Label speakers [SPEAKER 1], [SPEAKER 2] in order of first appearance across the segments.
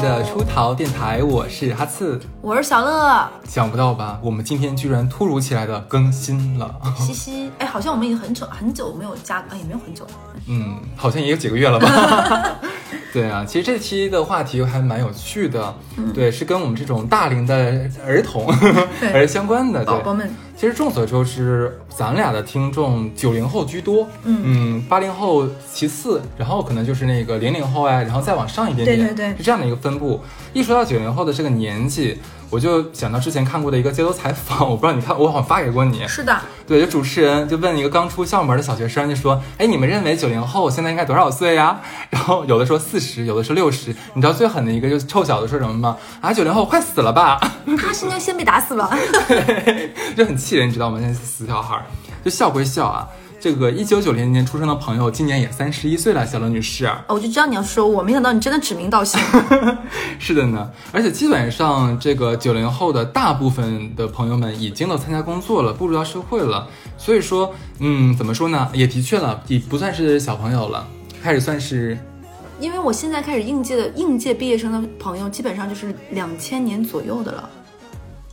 [SPEAKER 1] 的出逃电台，我是哈刺。
[SPEAKER 2] 我是小乐，
[SPEAKER 1] 想不到吧，我们今天居然突如其来的更新了，
[SPEAKER 2] 西西。哎，好像我们已经很久很久没有加，哎，也没有很久。
[SPEAKER 1] 嗯，好像也有几个月了吧。 对啊，其实这期的话题还蛮有趣的，对，是跟我们这种大龄的儿童
[SPEAKER 2] 嗯 对
[SPEAKER 1] 而相关的，
[SPEAKER 2] 宝
[SPEAKER 1] 对。
[SPEAKER 2] 宝们，
[SPEAKER 1] 其实众所周知，咱俩的听众九零后居多，
[SPEAKER 2] 嗯
[SPEAKER 1] 嗯，八零后其次，然后可能就是那个零零后哎，然后再往上一点点，
[SPEAKER 2] 对对对
[SPEAKER 1] 是这样的一个分布。一说到九零后的这个年纪，我就想到之前看过的一个街头采访，我不知道你看，我好像发给过你，
[SPEAKER 2] 是的，
[SPEAKER 1] 对，就主持人就问一个刚出校门的小学生，就说：“哎，你们认为九零后现在应该多少岁呀？” 然后有的说四十，有的说六十。你知道最狠的一个就是臭小子说什么吗？啊，九零后快死了吧！
[SPEAKER 2] 他是应该先被打 死了。
[SPEAKER 1] 就很气人，你知道吗？现在死小孩儿，就笑归笑啊。这个一九九零年出生的朋友，今年也三十一岁了，小乐女士。啊
[SPEAKER 2] 哦我就知道你要说我，没想到你真的指名道姓。
[SPEAKER 1] 是的呢，而且基本上这个九零后的大部分的朋友们已经都参加工作了，步入到社会了，所以说，嗯，怎么说呢，也的确了，也不算是小朋友了，开始算是
[SPEAKER 2] 因为我现在开始应届的应届毕业生的朋友，基本上就是两千年左右的了。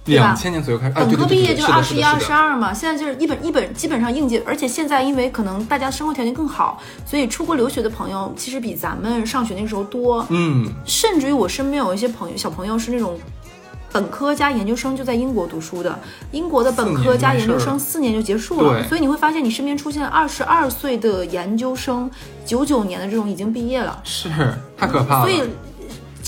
[SPEAKER 2] 对吧
[SPEAKER 1] 两千年左右开始，啊，
[SPEAKER 2] 本
[SPEAKER 1] 对
[SPEAKER 2] 科
[SPEAKER 1] 对对
[SPEAKER 2] 毕业
[SPEAKER 1] 对，
[SPEAKER 2] 就是二
[SPEAKER 1] 的，
[SPEAKER 2] 十
[SPEAKER 1] 是
[SPEAKER 2] 一、
[SPEAKER 1] 的，
[SPEAKER 2] 二
[SPEAKER 1] 是
[SPEAKER 2] 十
[SPEAKER 1] 的，
[SPEAKER 2] 二嘛，现在就是一本一本基本上应届，而且现在因为可能大家生活条件更好，所以出国留学的朋友其实比咱们上学那个时候多。
[SPEAKER 1] 嗯，
[SPEAKER 2] 甚至于我身边有一些朋友，小朋友是那种本科加研究生就在英国读书的，英国的本科加研究生四年就结束了，
[SPEAKER 1] 对
[SPEAKER 2] 所以你会发现你身边出现二十二岁的研究生，九九年的这种已经毕业了，
[SPEAKER 1] 是太可怕了，
[SPEAKER 2] 所以。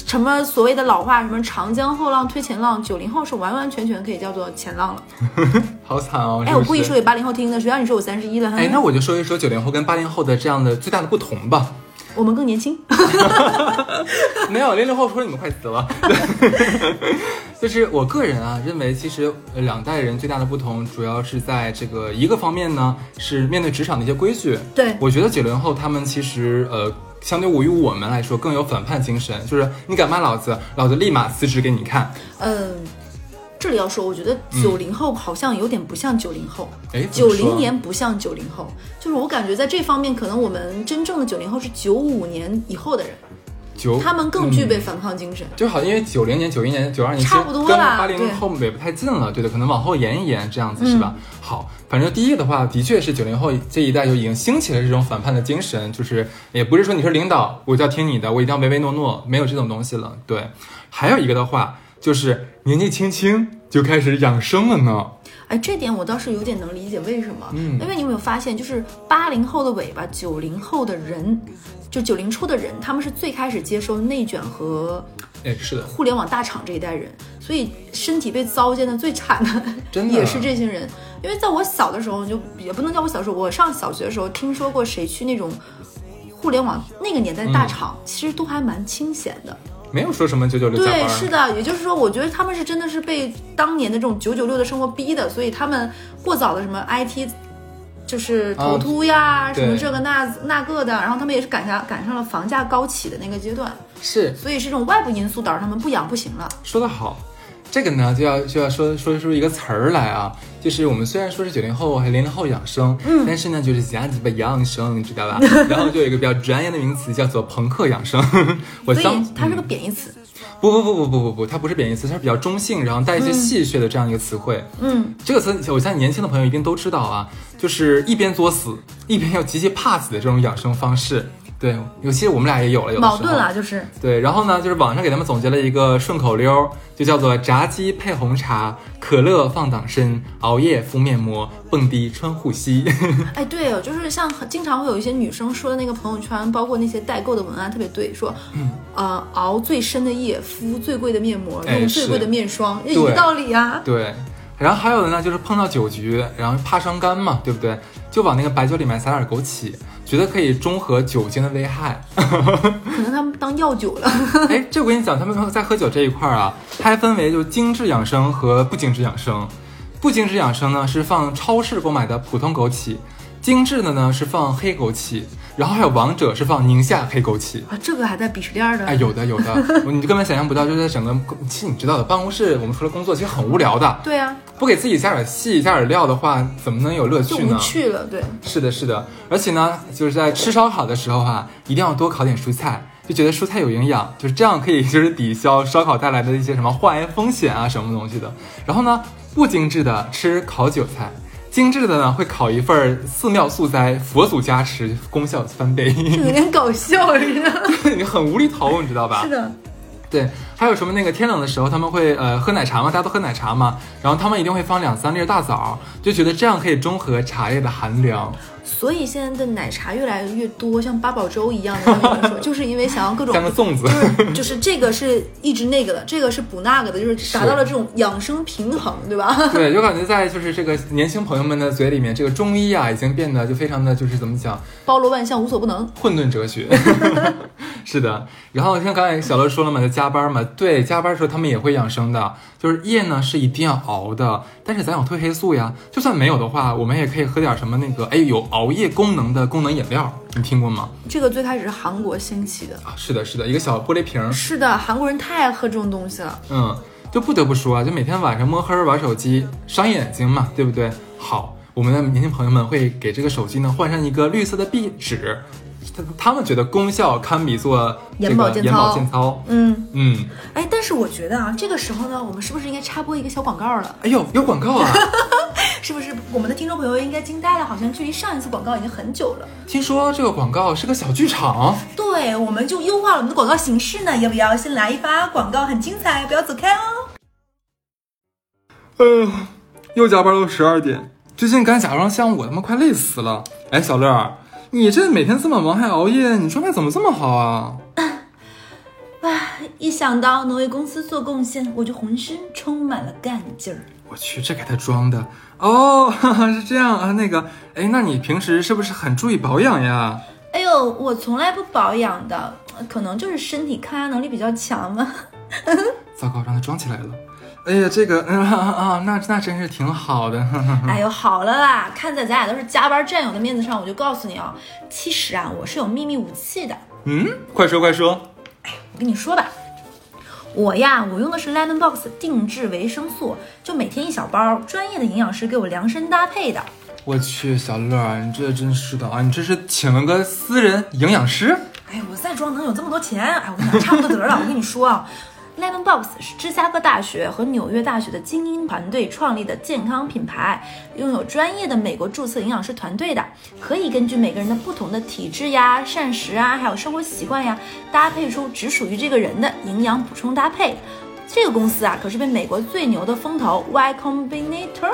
[SPEAKER 2] 什么所谓的老话，什么长江后浪推前浪，九零后是完完全全可以叫做前浪了。
[SPEAKER 1] 好惨哦。
[SPEAKER 2] 哎，
[SPEAKER 1] 是
[SPEAKER 2] 我
[SPEAKER 1] 不
[SPEAKER 2] 故意
[SPEAKER 1] 是
[SPEAKER 2] 说给八零后听的，谁让你说我三十一了？
[SPEAKER 1] 哎，那我就说一说九零后跟八零后的这样的最大的不同吧。
[SPEAKER 2] 我们更年轻。
[SPEAKER 1] 没有，零零后说你们快死了。 就是我个人啊，认为其实呃两代人最大的不同，主要是在这个一个方面呢，是面对职场的一些规矩。
[SPEAKER 2] 对，
[SPEAKER 1] 我觉得九零后他们其实呃，相对于我们来说更有反叛精神，就是你敢骂老子，老子立马辞职给你看。
[SPEAKER 2] 嗯，这里要说，我觉得九零后好像有点不像九零后，
[SPEAKER 1] 哎，怎
[SPEAKER 2] 九
[SPEAKER 1] 么说
[SPEAKER 2] 零年不像九零后，就是我感觉在这方面，可能我们真正的九零后是九五年以后的人，
[SPEAKER 1] 九，
[SPEAKER 2] 他们更具备
[SPEAKER 1] 嗯
[SPEAKER 2] 反抗精神。
[SPEAKER 1] 就好，因为九零年、九一年、九二年，
[SPEAKER 2] 差不多
[SPEAKER 1] 跟
[SPEAKER 2] 啦
[SPEAKER 1] 八零
[SPEAKER 2] 对嗯
[SPEAKER 1] 后也不太近了，对的，可能往后延一延这样子、是吧？好，反正第一的话，的确是九零后这一代就已经兴起了这种反叛的精神，就是也不是说你是领导我就要听你的，我一定要唯唯诺诺，没有这种东西了。对，还有一个的话，就是年纪轻轻就开始养生了呢。
[SPEAKER 2] 哎，这点我倒是有点能理解为什么，
[SPEAKER 1] 嗯
[SPEAKER 2] 因为你有没有发现，就是八零后的尾巴，九零后的人，就九零初的人，他们是最开始接收内卷和
[SPEAKER 1] 哎，是的，
[SPEAKER 2] 互联网大厂这一代人，所以身体被糟践的最惨的，
[SPEAKER 1] 真的
[SPEAKER 2] 也是这些人。因为在我小的时候，就也不能叫我小时候，我上小学的时候听说过谁去那种互联网那个年代的
[SPEAKER 1] 嗯
[SPEAKER 2] 大厂，其实都还蛮清闲的。
[SPEAKER 1] 没有说什么九九六加班
[SPEAKER 2] 对，
[SPEAKER 1] 儿，
[SPEAKER 2] 是的，也就是说，我觉得他们是真的是被当年的这种九九六的生活逼的，所以他们过早的什么 IT。就是头秃呀，
[SPEAKER 1] 啊
[SPEAKER 2] 什么
[SPEAKER 1] 对
[SPEAKER 2] 这个那那个的，然后他们也是赶上赶上了房价高起的那个阶段，
[SPEAKER 1] 是
[SPEAKER 2] 所以是这种外部因素导致他们不养不行了。
[SPEAKER 1] 说得好，这个呢就要就要说说出一个词儿来啊，就是我们虽然说是九零后还零零后养生，嗯，但是呢就是夹鸡巴养生，你知 道吧？然后就有一个比较专业的名词叫做朋克养生， 我
[SPEAKER 2] 所
[SPEAKER 1] 相嗯
[SPEAKER 2] 以它是个贬义词。
[SPEAKER 1] 不不不不不不不，它不是贬义词，它是比较中性，然后带一些戏谑的这样一个词汇。
[SPEAKER 2] 嗯，
[SPEAKER 1] 这个词我相信年轻的朋友一定都知道啊，就是一边作死，一边又极其怕死的这种养生方式。对，尤其是我们俩也有了，有的
[SPEAKER 2] 矛
[SPEAKER 1] 时
[SPEAKER 2] 盾啊
[SPEAKER 1] 候
[SPEAKER 2] 啦，就是
[SPEAKER 1] 对，然后呢，就是网上给他们总结了一个顺口溜儿，就叫做炸鸡配红茶，可乐放党参，熬夜敷面膜，蹦迪穿护膝。
[SPEAKER 2] 哎，对哦，就是像很经常会有一些女生说的那个朋友圈，包括那些代购的文案特别对，说，
[SPEAKER 1] 嗯
[SPEAKER 2] 呃，熬最深的夜，敷最贵的面膜，
[SPEAKER 1] 哎
[SPEAKER 2] 用最
[SPEAKER 1] 是
[SPEAKER 2] 贵的面霜，这一
[SPEAKER 1] 对
[SPEAKER 2] 个道理啊。
[SPEAKER 1] 对，然后还有的呢，就是碰到酒局，然后怕伤肝嘛，对不对？就往那个白酒里面撒点枸杞，觉得可以中和酒精的危害。
[SPEAKER 2] 可能他们当药酒了。
[SPEAKER 1] 哎，这我跟你讲，他们在喝酒这一块儿啊，它还分为就是精致养生和不精致养生。不精致养生呢是放超市购买的普通枸杞，精致的呢是放黑枸杞，然后还有王者是放宁夏黑枸杞。
[SPEAKER 2] 啊，这个还带鄙视链儿的。
[SPEAKER 1] 哎，有的有的，你根本想象不到，就是在整个，其实你知道的，办公室我们除了工作，其实很无聊的，
[SPEAKER 2] 对啊，
[SPEAKER 1] 不给自己加点戏、加点料的话，怎么能有乐
[SPEAKER 2] 就
[SPEAKER 1] 趣
[SPEAKER 2] 无
[SPEAKER 1] 呢？
[SPEAKER 2] 趣了。对，
[SPEAKER 1] 是的，是的，而且呢，就是在吃烧烤的时候啊，一定要多烤点蔬菜，就觉得蔬菜有营养，就是这样可以就是抵消烧烤带来的一些什么患癌风险啊什么东西的。然后呢，不精致的吃烤韭菜。精致的呢，会烤一份儿寺庙素斋，佛祖加持，功效翻倍，
[SPEAKER 2] 就有点搞笑似的。
[SPEAKER 1] 你很无厘头，你知道吧？
[SPEAKER 2] 是的，
[SPEAKER 1] 对，还有什么那个天冷的时候，他们会呃喝奶茶嘛，大家都喝奶茶嘛，然后他们一定会放两三粒大枣，就觉得这样可以中和茶叶的寒凉。
[SPEAKER 2] 所以现在的奶茶越来越多，像八宝粥一样的，我跟你 说，就是因为想要各种
[SPEAKER 1] 像个粽子
[SPEAKER 2] 就是就是这个是一直那个的，这个是补那个的，就是达到了这种养生平衡，对吧？
[SPEAKER 1] 对，就感觉在就是这个年轻朋友们的嘴里面，这个中医啊已经变得就非常的就是怎么讲，
[SPEAKER 2] 包罗万象，无所不能。
[SPEAKER 1] 混沌哲学。 是的，然后像刚才小乐说了嘛，就加班嘛，对，加班的时候他们也会养生的，就是夜呢是一定要熬的，但是咱有褪黑素呀，就算没有的话，我们也可以喝点什么那个哎有熬夜功能的功能饮料，你听过吗？
[SPEAKER 2] 这个最开始是韩国兴起的，
[SPEAKER 1] 啊，是的，是的，一个小玻璃瓶儿，
[SPEAKER 2] 是的，韩国人太爱喝这种东西了。
[SPEAKER 1] 嗯，就不得不说啊，就每天晚上摸黑儿玩手机，伤眼睛嘛，对不对？好，我们的年轻朋友们会给这个手机呢换上一个绿色的壁纸，他他们觉得功效堪比做这
[SPEAKER 2] 眼保
[SPEAKER 1] 个
[SPEAKER 2] 健
[SPEAKER 1] 眼保
[SPEAKER 2] 操
[SPEAKER 1] 健操。
[SPEAKER 2] 嗯，
[SPEAKER 1] 嗯，
[SPEAKER 2] 哎，但是我觉得啊，这个时候呢，我们是不是应该插播一个小广告了？
[SPEAKER 1] 哎呦，有广告啊！
[SPEAKER 2] 是不是我们的听众朋友应该惊呆了？好像距离上一次广告已经很久了。
[SPEAKER 1] 听说这个广告是个小剧 场，
[SPEAKER 2] 对，我们就优化了我们的广告形式呢，要不要先来一发广告？很精彩，不要走开哦。
[SPEAKER 1] 嗯、又加班到十二点。最近赶甲状项，我他妈快累死了。哎，小乐儿，你这每天这么忙还熬夜，你状态怎么这么好啊？
[SPEAKER 2] 一想到能为公司做贡献，我就浑身充满了干劲儿。
[SPEAKER 1] 我去，这给他装的哦， 哈哈，是这样啊。那个，哎，那你平时是不是很注意保养呀？
[SPEAKER 2] 哎呦，我从来不保养的，可能就是身体抗压能力比较强吧。
[SPEAKER 1] 糟糕，让他装起来了。哎呀，这个， 嗯啊啊啊，那那真是挺好的。 哈哈
[SPEAKER 2] 哎呦，好了啦，看在咱俩都是加班战友的面子上，我就告诉你啊，其实啊，我是有秘密武器的。
[SPEAKER 1] 嗯，快说快说。
[SPEAKER 2] 我跟你说吧，我呀，我用的是 Lemon Box 定制维生素，就每天一小包，专业的营养师给我量身搭配的。
[SPEAKER 1] 我去，小乐儿，你这真是的啊！你这是请了个私人营养师？
[SPEAKER 2] 哎，我再装能有这么多钱？哎，我跟你讲，差不多得了。我跟你说啊，Lemon Box 是芝加哥大学和纽约大学的精英团队创立的健康品牌，拥有专业的美国注册营养师团队的，可以根据每个人的不同的体质呀、膳食啊，还有生活习惯呀，搭配出只属于这个人的营养补充搭配。这个公司啊，可是被美国最牛的风投 Y Combinator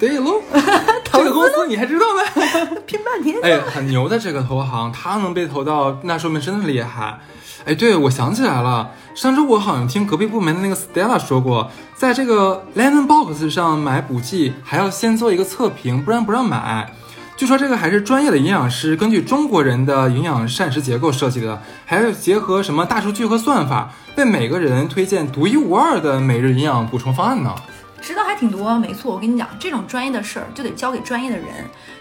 [SPEAKER 1] 对喽， 这个公司你还知道呢？
[SPEAKER 2] 拼半天。
[SPEAKER 1] 哎，很牛的这个投行，他能被投到，那说明真的厉害。哎，对，我想起来了，上周我好像听隔壁部门的那个 Stella 说过，在这个 Lemon Box 上买补剂还要先做一个测评，不然不让买。据说这个还是专业的营养师根据中国人的营养膳食结构设计的，还要结合什么大数据和算法，为每个人推荐独一无二的每日营养补充方案呢。
[SPEAKER 2] 知道还挺多，没错。我跟你讲，这种专业的事儿就得交给专业的人，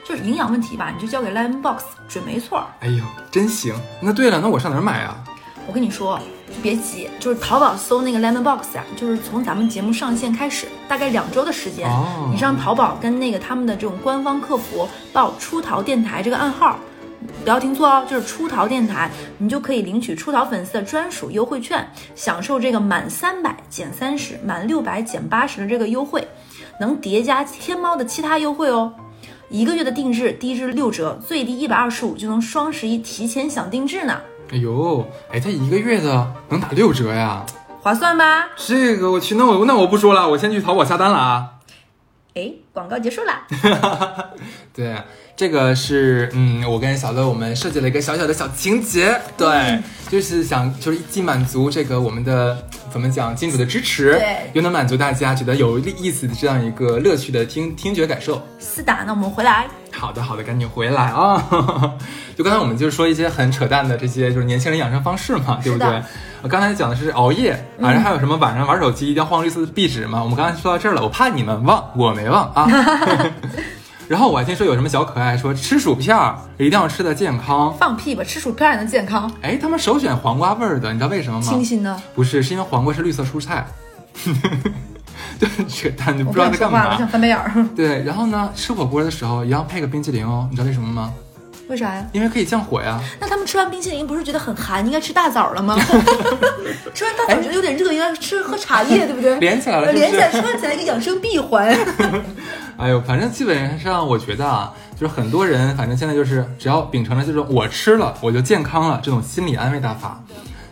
[SPEAKER 2] 就是营养问题吧，你就交给 Lemon Box，准没错儿。
[SPEAKER 1] 哎呦，真行！那对了，那我上哪儿买啊？
[SPEAKER 2] 我跟你说，就别急，就是淘宝搜那个 Lemon Box 啊，就是从咱们节目上线开始，大概两周的时间，
[SPEAKER 1] 哦
[SPEAKER 2] 你上淘宝跟那个他们的这种官方客服报“出逃电台”这个暗号。不要听错哦，就是出逃电台，你就可以领取出逃粉丝的专属优惠券，享受这个满三百减三十、满六百减八十的这个优惠，能叠加天猫的其他优惠哦。一个月的定制，低至六折，最低一百二十五就能双十一提前享定制呢，
[SPEAKER 1] 哎呦，哎，他一个月的能打六折呀？
[SPEAKER 2] 划算吧？
[SPEAKER 1] 这个我去，那我那我不说了，我先去淘宝下单了啊。
[SPEAKER 2] 哎，广告结束 啦！
[SPEAKER 1] 对，这个是嗯，我跟小乐我们设计了一个小小的小情节，对，就是想就是既满足这个我们的怎么讲金主的支持，
[SPEAKER 2] 对
[SPEAKER 1] 又能满足大家觉得有意思的这样一个乐趣的听听觉感受。
[SPEAKER 2] 是的，那我们回来。
[SPEAKER 1] 好的，好的，赶紧回来啊！ 就刚才我们就是说一些很扯淡的这些就是年轻人养生方式嘛，对不对
[SPEAKER 2] 是的？
[SPEAKER 1] 我刚才讲的是熬夜，晚上还有什么晚上玩手机一定要换绿色的壁纸嘛？我们刚才说到这儿了，我怕你们忘，我没忘 啊。然后我还听说有什么小可爱说吃薯片儿一定要吃的健康，
[SPEAKER 2] 放屁吧，吃薯片也能健康？
[SPEAKER 1] 哎，他们首选黄瓜味儿的，你知道为什么吗
[SPEAKER 2] 清？新呢？
[SPEAKER 1] 不是，是因为黄瓜是绿色蔬菜， 就很扯淡，你
[SPEAKER 2] 我
[SPEAKER 1] 不知道
[SPEAKER 2] 想
[SPEAKER 1] 在
[SPEAKER 2] 说
[SPEAKER 1] 干
[SPEAKER 2] 话了，我
[SPEAKER 1] 嘛
[SPEAKER 2] 想。翻白眼儿。
[SPEAKER 1] 对，然后呢，吃火锅的时候也要配个冰淇淋哦，你知道为什么吗？
[SPEAKER 2] 为啥呀？
[SPEAKER 1] 因为可以降火呀。
[SPEAKER 2] 那他们吃完冰淇淋不是觉得很寒，应该吃大枣 了吗？吃完大枣觉得有点热，应该吃喝茶叶，对不对？ 呃
[SPEAKER 1] 连起来了是不是
[SPEAKER 2] 哎连起来串起来一个养生闭环。
[SPEAKER 1] 哎呦，反正基本上我觉得啊，就是很多人，反正现在就是只要秉承了这种我吃了我就健康了这种心理安慰大法，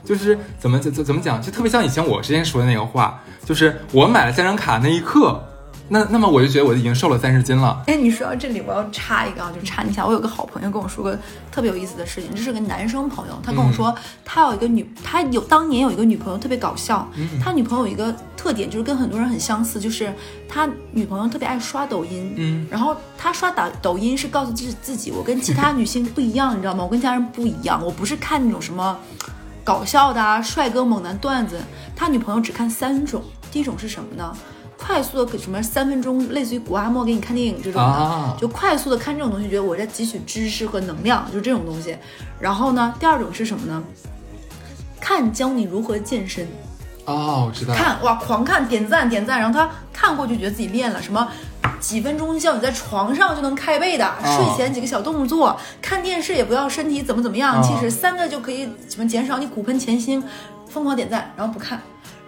[SPEAKER 1] 就是怎么怎怎么讲，就特别像以前我之前说的那个话，就是我买了健身卡那一刻，那那么我就觉得我已经瘦了三十斤了。
[SPEAKER 2] 哎，你说到这里，我要插一个啊，就插你一下。我有个好朋友跟我说个特别有意思的事情，这是个男生朋友，他跟我说、他有一个女，他有当年有一个女朋友特别搞笑，他女朋友有一个特点就是跟很多人很相似，就是他女朋友特别爱刷抖音，
[SPEAKER 1] 嗯，
[SPEAKER 2] 然后他刷抖抖音是告诉自自己，我跟其他女性不一样，你知道吗？我跟其他人不一样，我不是看那种什么搞笑的啊、帅哥猛男段子，他女朋友只看三种，第一种是什么呢？快速的给什么三分钟，类似于古阿莫给你看电影这种的，
[SPEAKER 1] 啊
[SPEAKER 2] 就快速的看这种东西，觉得我在汲取知识和能量，就这种东西。然后呢，第二种是什么呢？看教你如何健身，
[SPEAKER 1] 哦，我知道了。
[SPEAKER 2] 看哇，狂看点赞点赞，然后他看过就觉得自己练了什么。几分钟教你在床上就能开背的，
[SPEAKER 1] 嗯
[SPEAKER 2] 睡前几个小动作，看电视也不要身体怎么怎么样，
[SPEAKER 1] 哦
[SPEAKER 2] 其实三个就可以什么减少你骨盆前倾，疯狂点赞，然后不看，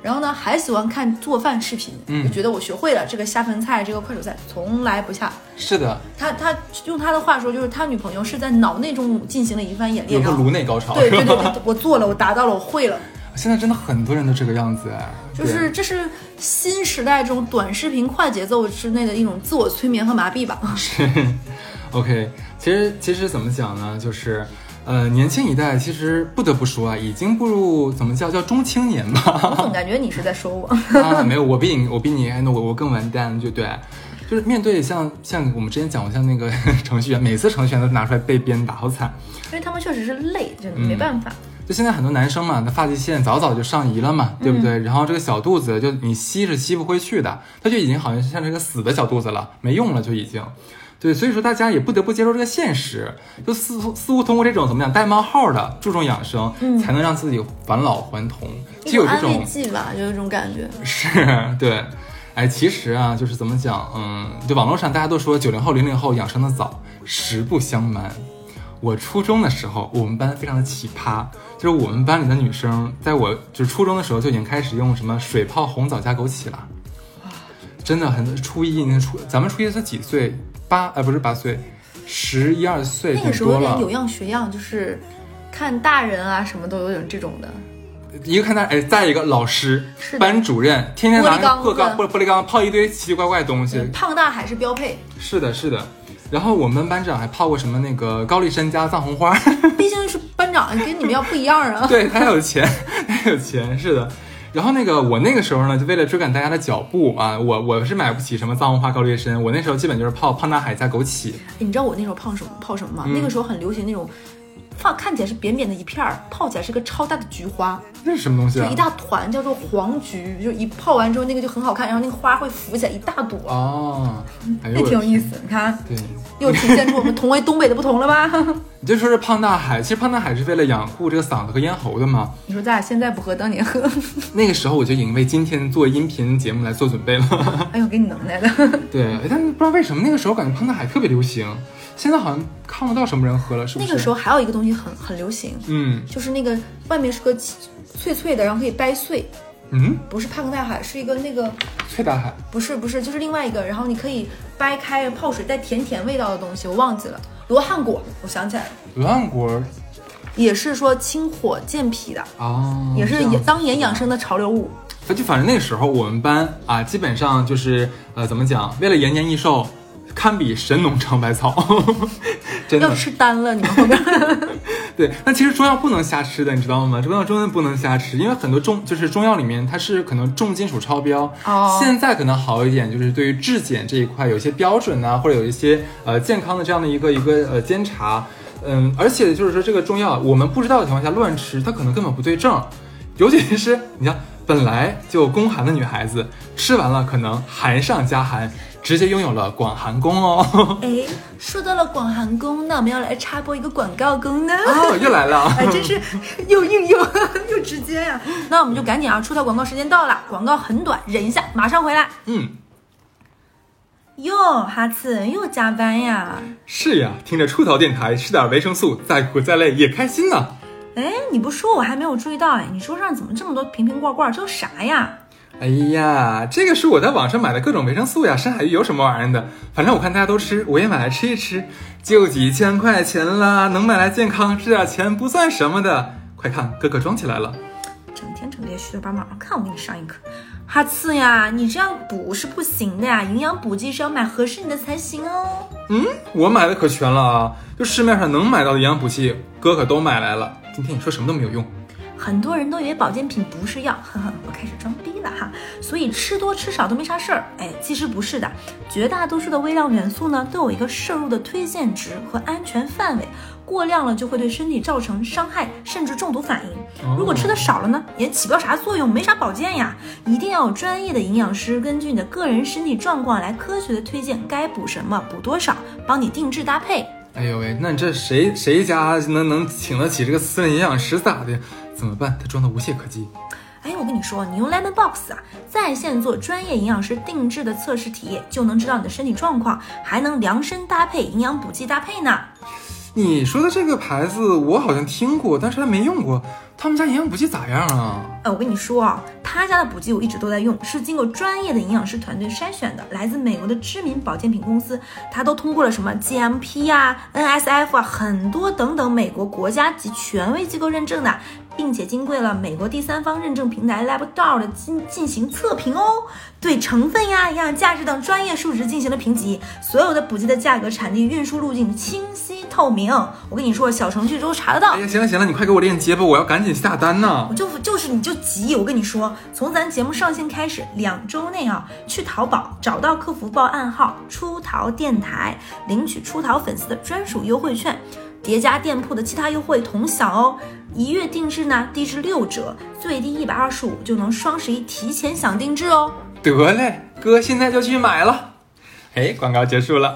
[SPEAKER 2] 然后呢还喜欢看做饭视频，
[SPEAKER 1] 嗯
[SPEAKER 2] 就觉得我学会了这个虾盆菜，这个快手菜，从来不下。
[SPEAKER 1] 是的，
[SPEAKER 2] 他他用他的话说，就是他女朋友是在脑内中进行了一番演
[SPEAKER 1] 有
[SPEAKER 2] 练，
[SPEAKER 1] 个
[SPEAKER 2] 然后
[SPEAKER 1] 颅内高潮
[SPEAKER 2] 对
[SPEAKER 1] 是
[SPEAKER 2] 对
[SPEAKER 1] 吧？
[SPEAKER 2] 对对，我做了，我达到了，我会了。
[SPEAKER 1] 现在真的很多人都这个样子哎，
[SPEAKER 2] 就是这是新时代这种短视频快节奏之内的一种自我催眠和麻痹吧。
[SPEAKER 1] 对 OK，其实其实怎么讲呢，就是。呃，年轻一代其实不得不说啊，已经步入怎么叫叫中青年吧，
[SPEAKER 2] 我 总感觉你是在说我，
[SPEAKER 1] 啊，没有，我比你，我比你，那我我更完蛋，就对，就是面对像像我们之前讲过，像那个 程序员，每次程序员都拿出来被鞭打，好惨。
[SPEAKER 2] 因为他们确实是累，真的没办法。
[SPEAKER 1] 就现在很多男生嘛，他发际线早早就上移了嘛，
[SPEAKER 2] 嗯
[SPEAKER 1] 对不对？然后这个小肚子就你吸是吸不回去的，他就已经好像像这个死的小肚子了，没用了就已经。对，所以说大家也不得不接受这个现实，就似乎似乎通过这种怎么讲带冒号的注重养生，才能让自己返老还童，
[SPEAKER 2] 嗯一
[SPEAKER 1] 就有
[SPEAKER 2] 种
[SPEAKER 1] 这
[SPEAKER 2] 安慰
[SPEAKER 1] 种
[SPEAKER 2] 剂吧，有一种感觉。
[SPEAKER 1] 是对，哎，其实啊，就是怎么讲，嗯，就网络上大家都说九零后、零零后养生的早，实不相瞒，我初中的时候，我们班非常的奇葩，就是我们班里的女生，在我就是初中的时候就已经开始用什么水泡红枣加枸杞了，真的很初一，你看初咱们初一才几岁？八呃不是八岁，十一二岁
[SPEAKER 2] 那个
[SPEAKER 1] 顶
[SPEAKER 2] 时候有
[SPEAKER 1] 多
[SPEAKER 2] 点
[SPEAKER 1] 了。
[SPEAKER 2] 有样学样，就是看大人啊什么都有点这种的。
[SPEAKER 1] 一个看他，哎，再一个老师
[SPEAKER 2] 是、的
[SPEAKER 1] 班主任，天天拿
[SPEAKER 2] 玻璃缸
[SPEAKER 1] 那个玻璃
[SPEAKER 2] 子
[SPEAKER 1] 玻璃缸泡一堆奇奇怪怪的东西，
[SPEAKER 2] 胖大海是标配，
[SPEAKER 1] 是的，是的。然后我们班长还泡过什么那个高丽参加藏红花，
[SPEAKER 2] 毕竟是班长，跟你们要不一样 啊。
[SPEAKER 1] 对他有钱， 他有钱，是的。然后那个我那个时候呢，就为了追赶大家的脚步啊，我我是买不起什么藏红花、高丽参，我那时候基本就是泡胖大海加枸杞。
[SPEAKER 2] 你知道我那时候胖什么泡什么吗？那个时候很流行那种。放看起来是扁扁的一片儿，泡起来是个超大的菊花，
[SPEAKER 1] 那是什么东西
[SPEAKER 2] 就
[SPEAKER 1] 啊
[SPEAKER 2] 一？大团，叫做黄菊，就一泡完之后那个就很好看，然后那个花会浮起来一大朵，
[SPEAKER 1] 哦，哎呦，
[SPEAKER 2] 那挺有
[SPEAKER 1] 我
[SPEAKER 2] 意思。你看，
[SPEAKER 1] 对，
[SPEAKER 2] 又体现出我们同为东北的不同了吧？
[SPEAKER 1] 你就说是胖大海，其实胖大海是为了养护这个嗓子和咽喉的嘛。
[SPEAKER 2] 你说咱俩现在不喝，当年喝，
[SPEAKER 1] 那个时候我就已经为今天做音频节目来做准备了。
[SPEAKER 2] 哎呦，给你能耐的。
[SPEAKER 1] 对，哎但不知道为什么那个时候感觉胖大海特别流行，现在好像看不到什么人喝了，是不
[SPEAKER 2] 那
[SPEAKER 1] 是？
[SPEAKER 2] 个时候还有一个东西很很流行，
[SPEAKER 1] 嗯
[SPEAKER 2] 就是那个外面是个脆脆的，然后可以掰碎，
[SPEAKER 1] 嗯，
[SPEAKER 2] 不是胖大海，是一个那个
[SPEAKER 1] 崔大海，
[SPEAKER 2] 不是不是，就是另外一个，然后你可以掰开泡水带甜甜味道的东西，我忘记了，罗汉果，我想起来了，
[SPEAKER 1] 罗汉果
[SPEAKER 2] 也是说清火健脾的，
[SPEAKER 1] 啊，
[SPEAKER 2] 也是
[SPEAKER 1] 这样
[SPEAKER 2] 也当年养生的潮流物。
[SPEAKER 1] 反就反正那个时候我们班啊，基本上就是呃，怎么讲，为了延年益寿，堪比神农尝百草， 真
[SPEAKER 2] 要
[SPEAKER 1] 的。
[SPEAKER 2] 吃单了，你们后边
[SPEAKER 1] 对，那其实中药不能瞎吃的，你知道吗？中药真的不能瞎吃，因为很多重就是中药里面它是可能重金属超标。
[SPEAKER 2] 哦
[SPEAKER 1] 现在可能好一点，就是对于质检这一块有一些标准呐、或者有一些呃健康的这样的一个一个呃监察。嗯，而且就是说这个中药我们不知道的情况下乱吃，它可能根本不对症，尤其是你像本来就宫寒的女孩子，吃完了可能寒上加寒，直接拥有了广寒宫 哦。
[SPEAKER 2] 哎，说到了广寒宫，那我们要来插播一个广告功能。
[SPEAKER 1] 哦，又来了。
[SPEAKER 2] 哎， 真是又硬又 又直接呀、那我们就赶紧啊，出道广告时间到了，广告很短，忍一下，马上回来。
[SPEAKER 1] 嗯，
[SPEAKER 2] 哟，哈次又加班呀？
[SPEAKER 1] 是呀，听着出逃电台，吃点维生素，再苦再累也开心啊呢。
[SPEAKER 2] 哎，你不说我还没有注意到哎，你桌上怎么这么多瓶瓶罐罐？这都啥呀？
[SPEAKER 1] 哎呀，这个是我在网上买的各种维生素呀，深海鱼有什么玩意儿的？反正我看大家都吃，我也买来吃一吃，就几千块钱啦，能买来健康这点钱不算什么的。快看，哥哥装起来了。
[SPEAKER 2] 整天整这些虚头巴脑，看我给你上一课。哈次呀，你这样补是不行的呀，营养补剂是要买合适你的才行哦。
[SPEAKER 1] 嗯，我买的可全了啊，就市面上能买到的营养补剂，哥可都买来了。今天你说什么都没有用。
[SPEAKER 2] 很多人都以为保健品不是药，呵呵，我开始装逼了哈。所以吃多吃少都没啥事儿，哎，其实不是的，绝大多数的微量元素呢都有一个摄入的推荐值和安全范围，过量了就会对身体造成伤害，甚至中毒反应。如果吃的少了呢，也起不了啥作用，没啥保健呀。一定要有专业的营养师根据你的个人身体状况来科学的推荐该补什么，补多少，帮你定制搭配。
[SPEAKER 1] 哎呦喂，那你这谁谁家能能请得起这个私人营养师咋的？怎么办？他装的无懈可击。
[SPEAKER 2] 哎，我跟你说，你用 Lemon Box 啊，在线做专业营养师定制的测试体验，就能知道你的身体状况，还能量身搭配营养补剂搭配呢。
[SPEAKER 1] 你说的这个牌子，我好像听过，但是还没用过。他们家营养补剂咋样啊？
[SPEAKER 2] 哎，我跟你说啊，他家的补剂我一直都在用，是经过专业的营养师团队筛选的，来自美国的知名保健品公司，它都通过了什么 GMP 啊、NSF 啊，很多等等美国国家级权威机构认证的，并且经过了美国第三方认证平台 LabDoor 的进进行测评哦，对成分呀、营养价值等专业数值进行了评级，所有的补剂的价格、产地、运输路径清晰透明。我跟你说，小程序都查得到
[SPEAKER 1] 哎。呀，行了行了，你快给我链接吧，我要赶紧下单呢
[SPEAKER 2] 我。哦就就是你就急，我跟你说，从咱节目上线开始两周内啊，去淘宝找到客服报暗号“出逃电台”，领取出逃粉丝的专属优惠券，叠加店铺的其他优惠同享哦。一月定制呢，低至六折，最低一百二十五就能双十一提前享定制哦。
[SPEAKER 1] 得嘞，哥现在就去买了。哎，广告结束了。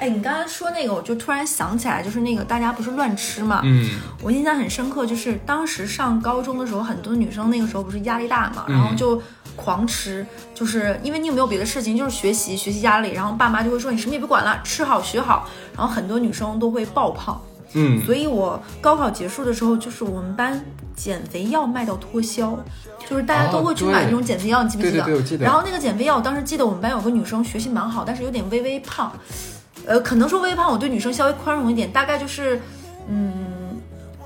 [SPEAKER 2] 哎，你刚才说那个，我就突然想起来，就是那个大家不是乱吃嘛，
[SPEAKER 1] 嗯，
[SPEAKER 2] 我印象很深刻，就是当时上高中的时候，很多女生那个时候不是压力大嘛，然后就狂吃，就是因为你有没有别的事情，就是学习，学习压力，然后爸妈就会说你什么也别管了，吃好学好，然后很多女生都会爆胖，
[SPEAKER 1] 嗯，
[SPEAKER 2] 所以我高考结束的时候，就是我们班减肥药卖到脱销，就是大家都会去
[SPEAKER 1] 哦对
[SPEAKER 2] 买那种减肥药，你记不记得？
[SPEAKER 1] 对对对我记得
[SPEAKER 2] 然后那个减肥药，我当时记得我们班有个女生学习蛮好，但是有点微微胖，呃，可能说微微胖，我对女生稍微宽容一点，大概就是，嗯，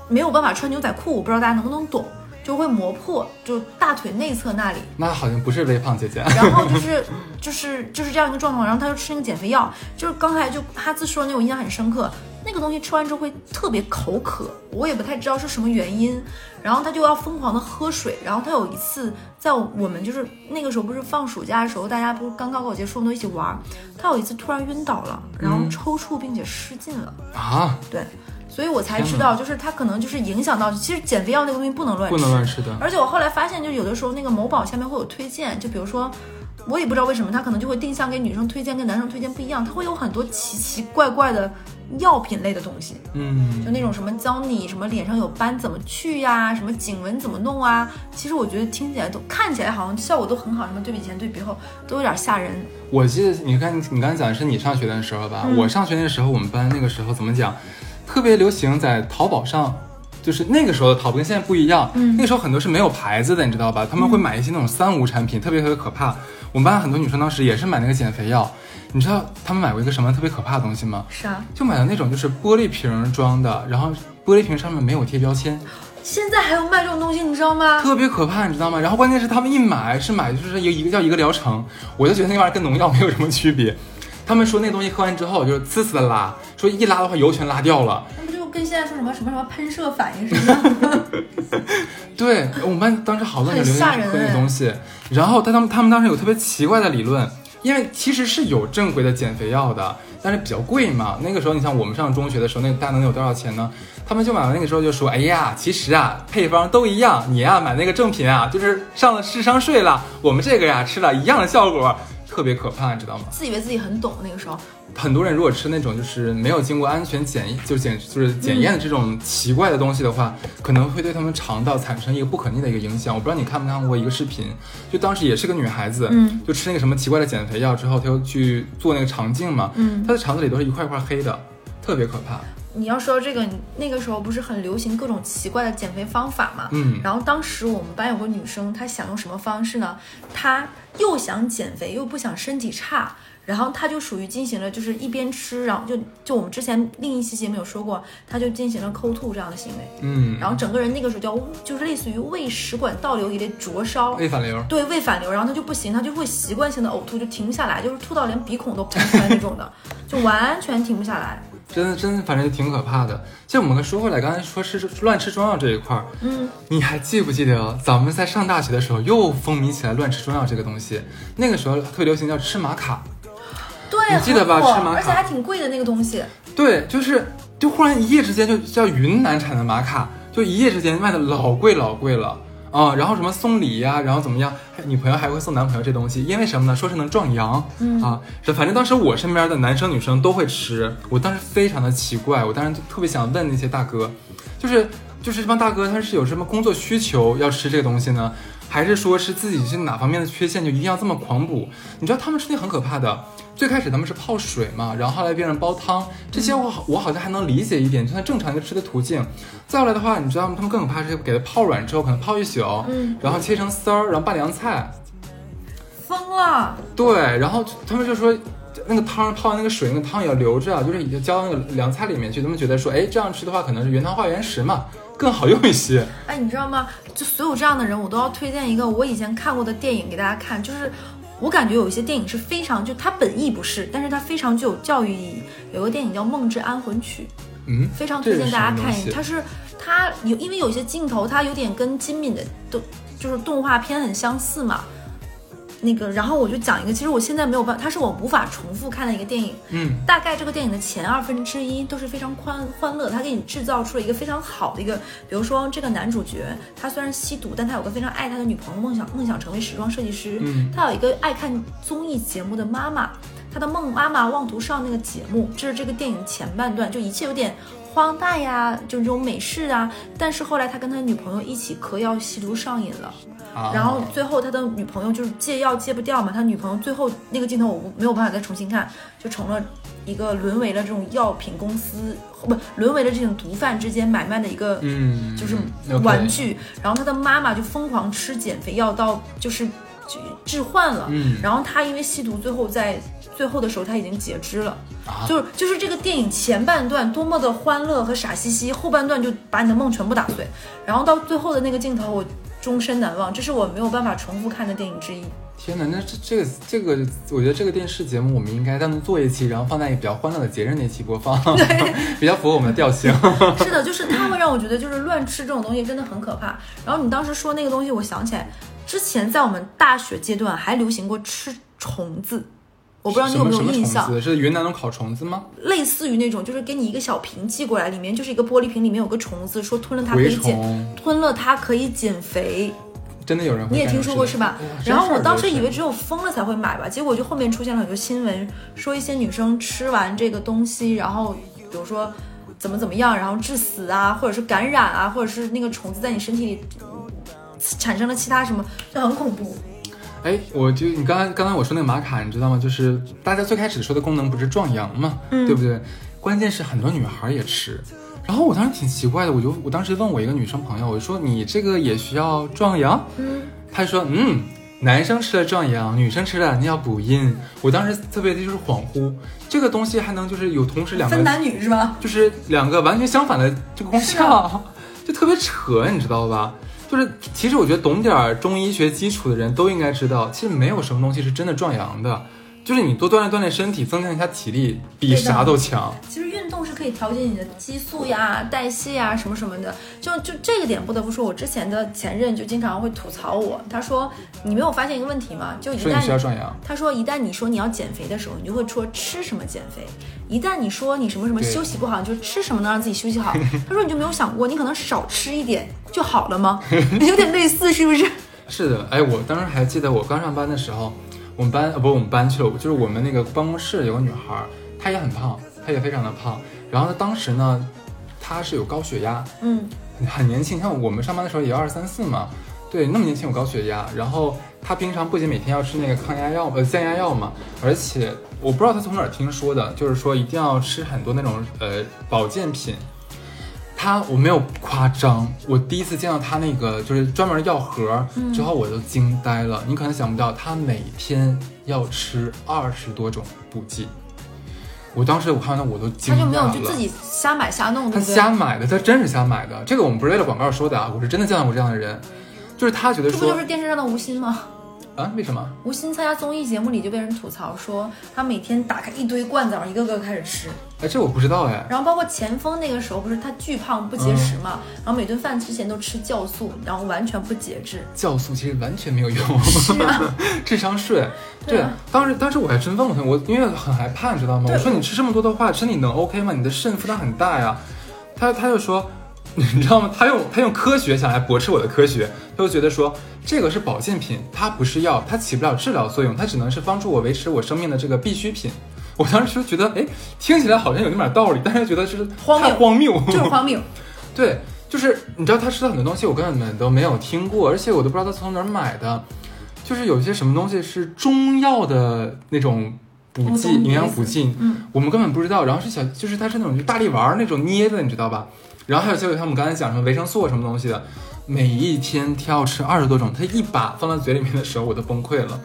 [SPEAKER 2] 没有办法穿牛仔裤，我不知道大家能不能懂，就会磨破，就大腿内侧那里，
[SPEAKER 1] 那好像不是微胖姐姐。
[SPEAKER 2] 然后就是就是就是这样一个状况，然后他就吃那个减肥药，就是刚才就哈兹说的那种印象很深刻，那个东西吃完之后会特别口渴，我也不太知道是什么原因，然后他就要疯狂的喝水，然后他有一次在我们就是那个时候不是放暑假的时候，大家不是刚高考结束我们都一起玩儿，他有一次突然晕倒了，然后
[SPEAKER 1] 嗯
[SPEAKER 2] 抽搐并且失禁了，
[SPEAKER 1] 啊，
[SPEAKER 2] 对，所以我才知道就是他可能就是影响到，其实减肥药那个东西不能乱吃，
[SPEAKER 1] 不能乱吃的。
[SPEAKER 2] 而且我后来发现，就有的时候那个某宝下面会有推荐，就比如说，我也不知道为什么，它可能就会定向给女生推荐，跟男生推荐不一样，它会有很多奇奇怪怪的药品类的东西，
[SPEAKER 1] 嗯，
[SPEAKER 2] 就那种什么教你什么脸上有斑怎么去呀、什么颈纹怎么弄啊。其实我觉得听起来都看起来好像效果都很好，什么对比前对比后都有点吓人。
[SPEAKER 1] 我记得你看你刚才讲的是你上学的时候吧？我上学那时候，我们班那个时候怎么讲，特别流行在淘宝上。就是那个时候的淘宝跟现在不一样，那个时候很多是没有牌子的，你知道吧？他们会买一些那种三无产品，特别特别可怕。我们班很多女生当时也是买那个减肥药，你知道他们买过一个什么特别可怕的东西吗？
[SPEAKER 2] 是啊，
[SPEAKER 1] 就买的那种就是玻璃瓶装的，然后玻璃瓶上面没有贴标签，
[SPEAKER 2] 现在还有卖这种东西，你知道吗？
[SPEAKER 1] 特别可怕，你知道吗？然后关键是他们一买是买就是一个一个叫一个疗程，我就觉得那玩意儿跟农药没有什么区别。他们说那东西喝完之后就是呲呲的拉，说一拉的话油全拉掉了。
[SPEAKER 2] 那不就跟现在说什么什么什么喷射反应是 一样的？
[SPEAKER 1] 对我们班当时好多人流
[SPEAKER 2] 很
[SPEAKER 1] 行
[SPEAKER 2] 吓人
[SPEAKER 1] 喝那
[SPEAKER 2] 哎
[SPEAKER 1] 东西，然后但他们他们当时有特别奇怪的理论，因为其实是有正规的减肥药的，但是比较贵嘛。那个时候你像我们上中学的时候，那大家能有多少钱呢？他们就买了那个时候就说，哎呀，其实啊配方都一样，你呀、买那个正品啊，就是上了智商税了，我们这个呀、吃了一样的效果。特别可怕，你知道吗？
[SPEAKER 2] 自以为自己很懂那个时候，
[SPEAKER 1] 很多人如果吃那种就是没有经过安全检疫，就检就是检验的这种奇怪的东西的话，可能会对他们肠道产生一个不可逆的一个影响。我不知道你看没看过一个视频，就当时也是个女孩子，
[SPEAKER 2] 嗯，
[SPEAKER 1] 就吃那个什么奇怪的减肥药之后，她又去做那个肠镜嘛，
[SPEAKER 2] 嗯，
[SPEAKER 1] 她的肠子里都是一块块黑的，特别可怕。
[SPEAKER 2] 你要说这个，你那个时候不是很流行各种奇怪的减肥方法嘛？
[SPEAKER 1] 嗯
[SPEAKER 2] 然后当时我们班有个女生，她想用什么方式呢？她又想减肥，又不想身体差，然后她就属于进行了就是一边吃，然后就就我们之前另一期节目有说过，她就进行了抠吐这样的行为，
[SPEAKER 1] 嗯，
[SPEAKER 2] 然后整个人那个时候叫就是类似于胃食管倒流一类灼烧。
[SPEAKER 1] 胃反流，
[SPEAKER 2] 对胃反流，然后她就不行，她就会习惯性的呕吐，就停不下来，就是吐到连鼻孔都喷出来那种的，就完全停不下来。
[SPEAKER 1] 真的真的反正挺可怕的。像我们说回来，刚才说吃乱吃中药这一块儿，
[SPEAKER 2] 嗯，
[SPEAKER 1] 你还记不记得咱们在上大学的时候又风靡起来乱吃中药这个东西？那个时候特别流行叫吃玛卡，
[SPEAKER 2] 对，
[SPEAKER 1] 你记得吧
[SPEAKER 2] 很火
[SPEAKER 1] 吃玛卡
[SPEAKER 2] 而且还挺贵的那个东西。
[SPEAKER 1] 对，就是就忽然一夜之间就叫云南产的玛卡，就一夜之间卖的老贵老贵了啊、然后什么送礼呀、然后怎么样，还女朋友还会送男朋友这东西，因为什么呢？说是能壮阳、啊。这反正当时我身边的男生女生都会吃，我当时非常的奇怪，我当时就特别想问那些大哥，就是就是这帮大哥他是有什么工作需求要吃这个东西呢？还是说是自己是哪方面的缺陷就一定要这么狂补？你知道他们吃那很可怕的，最开始他们是泡水嘛，然后后来变成煲汤，这些我好我好像还能理解一点，就算正常一个吃的途径。再后来的话，你知道吗？他们更可怕是给它泡软之后，可能泡一宿，
[SPEAKER 2] 嗯，
[SPEAKER 1] 然后切成丝儿，然后拌凉菜，
[SPEAKER 2] 疯了，
[SPEAKER 1] 对，然后他们就说。那个汤泡完那个水，那个汤也要留着，啊就是也浇到那个凉菜里面去。他们觉得说，哎，这样吃的话，可能是原汤化原食嘛，更好用一些。
[SPEAKER 2] 哎，你知道吗？就所有这样的人，我都要推荐一个我以前看过的电影给大家看，就是。我感觉有一些电影是非常，就它本意不是，但是它非常具有教育意义。有个电影叫《梦之安魂曲》，
[SPEAKER 1] 嗯，
[SPEAKER 2] 非常
[SPEAKER 1] 这
[SPEAKER 2] 推
[SPEAKER 1] 是
[SPEAKER 2] 荐大
[SPEAKER 1] 什
[SPEAKER 2] 家
[SPEAKER 1] 么
[SPEAKER 2] 看
[SPEAKER 1] 东
[SPEAKER 2] 一
[SPEAKER 1] 西
[SPEAKER 2] 眼。它是它有，因为有些镜头它有点跟金敏的动，就是动画片很相似嘛。那个，然后我就讲一个，其实我现在没有办法，它是我无法重复看的一个电影。
[SPEAKER 1] 嗯，
[SPEAKER 2] 大概这个电影的前二分之一都是非常欢欢乐，它给你制造出了一个非常好的一个，比如说这个男主角，他虽然吸毒，但他有个非常爱他的女朋友，梦想梦想成为时装设计师。
[SPEAKER 1] 嗯
[SPEAKER 2] 他有一个爱看综艺节目的妈妈，他的梦妈妈妄图上那个节目，这是这个电影前半段，就一切有点。荒诞呀，就这种美式啊，但是后来他跟他女朋友一起嗑药吸毒上瘾了，
[SPEAKER 1] 啊
[SPEAKER 2] 然后最后他的女朋友就是戒药戒不掉嘛，他女朋友最后那个镜头我无没有办法再重新看，就成了一个沦为了这种药品公司不沦为了这种毒贩之间买卖的一个
[SPEAKER 1] 嗯，
[SPEAKER 2] 就是
[SPEAKER 1] ，OK
[SPEAKER 2] 玩具，然后他的妈妈就疯狂吃减肥药到就是就致幻了，
[SPEAKER 1] 嗯
[SPEAKER 2] 然后他因为吸毒，最后在最后的时候他已经截肢了，
[SPEAKER 1] 啊
[SPEAKER 2] 就是就是这个电影前半段多么的欢乐和傻兮兮，后半段就把你的梦全部打碎，然后到最后的那个镜头我终身难忘，这是我没有办法重复看的电影之一。
[SPEAKER 1] 天哪，那这这个这个，我觉得这个电视节目我们应该单独做一期，然后放在一个比较欢乐的节日那期播 放， 比较符合我们的调性。
[SPEAKER 2] 是的，就是它会让我觉得就是乱吃这种东西真的很可怕。然后你当时说那个东西，我想起来，之前在我们大学阶段还流行过吃虫子，我 不知道你
[SPEAKER 1] 什
[SPEAKER 2] 有
[SPEAKER 1] 么
[SPEAKER 2] 没
[SPEAKER 1] 什
[SPEAKER 2] 有
[SPEAKER 1] 么
[SPEAKER 2] 印象
[SPEAKER 1] 虫，子？是云南那种烤虫子吗？
[SPEAKER 2] 类似于那种就是给你一个小瓶寄过来，里面就是一个玻璃瓶，里面有个虫子，说吞了它可以
[SPEAKER 1] 蛔
[SPEAKER 2] 减，
[SPEAKER 1] 虫，
[SPEAKER 2] 吞了它可以减肥。
[SPEAKER 1] 真的有人会
[SPEAKER 2] 你也
[SPEAKER 1] 干这
[SPEAKER 2] 听
[SPEAKER 1] 个
[SPEAKER 2] 说过
[SPEAKER 1] 事
[SPEAKER 2] 是吧
[SPEAKER 1] 情？
[SPEAKER 2] 然后我当时以，为
[SPEAKER 1] 哇
[SPEAKER 2] 只有疯了才会买吧，结果就后面出现了很多新闻，说一些女生吃完这个东西，然后比如说怎么怎么样，然后致死啊，或者是感染啊，或者是那个虫子在你身体里嗯产生了其他什么，就很恐怖。
[SPEAKER 1] 真是哎，我就你刚才刚才我说那个玛卡，你知道吗？就是大家最开始说的功能不是壮阳嘛，
[SPEAKER 2] 嗯
[SPEAKER 1] 对不对？关键是很多女孩也吃。然后我当时挺奇怪的，我就我当时问我一个女生朋友，我说你这个也需要壮阳？
[SPEAKER 2] 嗯，
[SPEAKER 1] 他说，嗯，男生吃了壮阳，女生吃了尿补阴。我当时特别的就是恍惚，这个东西还能就是有同时两
[SPEAKER 2] 分
[SPEAKER 1] 个，
[SPEAKER 2] 男女是吧？
[SPEAKER 1] 就是两个完全相反的这个功
[SPEAKER 2] 是啊
[SPEAKER 1] 效，就特别扯，你知道吧？就是其实我觉得懂点儿中医学基础的人都应该知道，其实没有什么东西是真的壮阳的。就是你多锻炼锻炼身体，增强一下体力，比
[SPEAKER 2] 对的
[SPEAKER 1] 啥都强。
[SPEAKER 2] 其实运动是可以调节你的激素呀、代谢呀什么什么的。就就这个点，不得不说，我之前的前任就经常会吐槽我，他说你没有发现一个问题吗？就一
[SPEAKER 1] 说你
[SPEAKER 2] 旦
[SPEAKER 1] 需要壮阳，
[SPEAKER 2] 他说，一旦你说你要减肥的时候，你就会说吃什么减肥；一旦你说你什么什么
[SPEAKER 1] 对
[SPEAKER 2] 休息不好，你就吃什么能让自己休 息好。他说你就没有想过，你可能少吃一点就 好了吗？有点类似，是不是？
[SPEAKER 1] 是的，哎，我当时还记得我刚上班的时候，我们班呃不是我们班去了，就是我们那个办公室有个女孩儿，她也很胖，她也非常的胖。然后她当时呢，她是有高血压，
[SPEAKER 3] 嗯，
[SPEAKER 1] 很年轻，像我们上班的时候也要二三四嘛，对，那么年轻有高血压，然后她平常不仅每天要吃那个抗压药呃降压药嘛，而且我不知道她从哪儿听说的，就是说一定要吃很多那种呃保健品。她我没有夸张，我第一次见到她那个就是专门药盒
[SPEAKER 2] 嗯
[SPEAKER 1] 之后，我就惊呆了。你可能想不到，她每天要吃二十多种补剂。我当时我看到我都惊
[SPEAKER 2] 他
[SPEAKER 1] 讶了。
[SPEAKER 2] 就没有就自己瞎买瞎弄，
[SPEAKER 1] 他
[SPEAKER 2] 哦对不对？
[SPEAKER 1] 瞎买的，他真是瞎买的。这个我们不是为了广告说的啊，我是真的见到过这样的人，就是他觉得
[SPEAKER 2] 这不
[SPEAKER 1] 说
[SPEAKER 2] 就是电视上的吴昕吗？
[SPEAKER 1] 啊，为什么？
[SPEAKER 2] 吴昕参加综艺节目里就被人吐槽说，他每天打开一堆罐子，然后一个个开始吃。
[SPEAKER 1] 哎，这我不知道哎。
[SPEAKER 2] 然后包括前锋那个时候不是他巨胖不节食嘛，
[SPEAKER 1] 嗯
[SPEAKER 2] 然后每顿饭之前都吃酵素，然后完全不节制。啊
[SPEAKER 1] 酵素其实完全没有用， 智商税。
[SPEAKER 2] 对
[SPEAKER 1] 对，
[SPEAKER 2] 啊
[SPEAKER 1] 当时当时我还真问过他，我因为很害怕，你知道吗？
[SPEAKER 2] 对
[SPEAKER 1] 我说你吃这么多的话，身体能 OK 吗？你的肾负担很大呀。他他就说， 你知道吗？他用他用科学想来驳斥我的科学，他就觉得说这个是保健品，它不是药，它起不了治疗作用，它只能是帮助我维持我生命的这个必需品。 我当时就觉得，哎，听起来好像有那么点道理，但是觉得是
[SPEAKER 2] 荒谬
[SPEAKER 1] 太荒谬，
[SPEAKER 2] 就是荒谬，
[SPEAKER 1] 对，就是你知道他吃的很多东西我根本都没有听过，而且我都不知道他从哪儿买的，就是有一些什么东西是中药的那种补
[SPEAKER 2] 我
[SPEAKER 1] 剂、
[SPEAKER 2] 懂你的
[SPEAKER 1] 营养
[SPEAKER 2] 意思
[SPEAKER 1] 补剂，
[SPEAKER 2] 嗯，
[SPEAKER 1] 我们根本不知道。然后是小，就是它是那种就大力丸儿那种捏的，你知道吧？然后还有就是像我们刚才讲什么维生素啊什么东西的，每一天他要吃二十多种，他一把放到嘴里面的时候，我都崩溃了，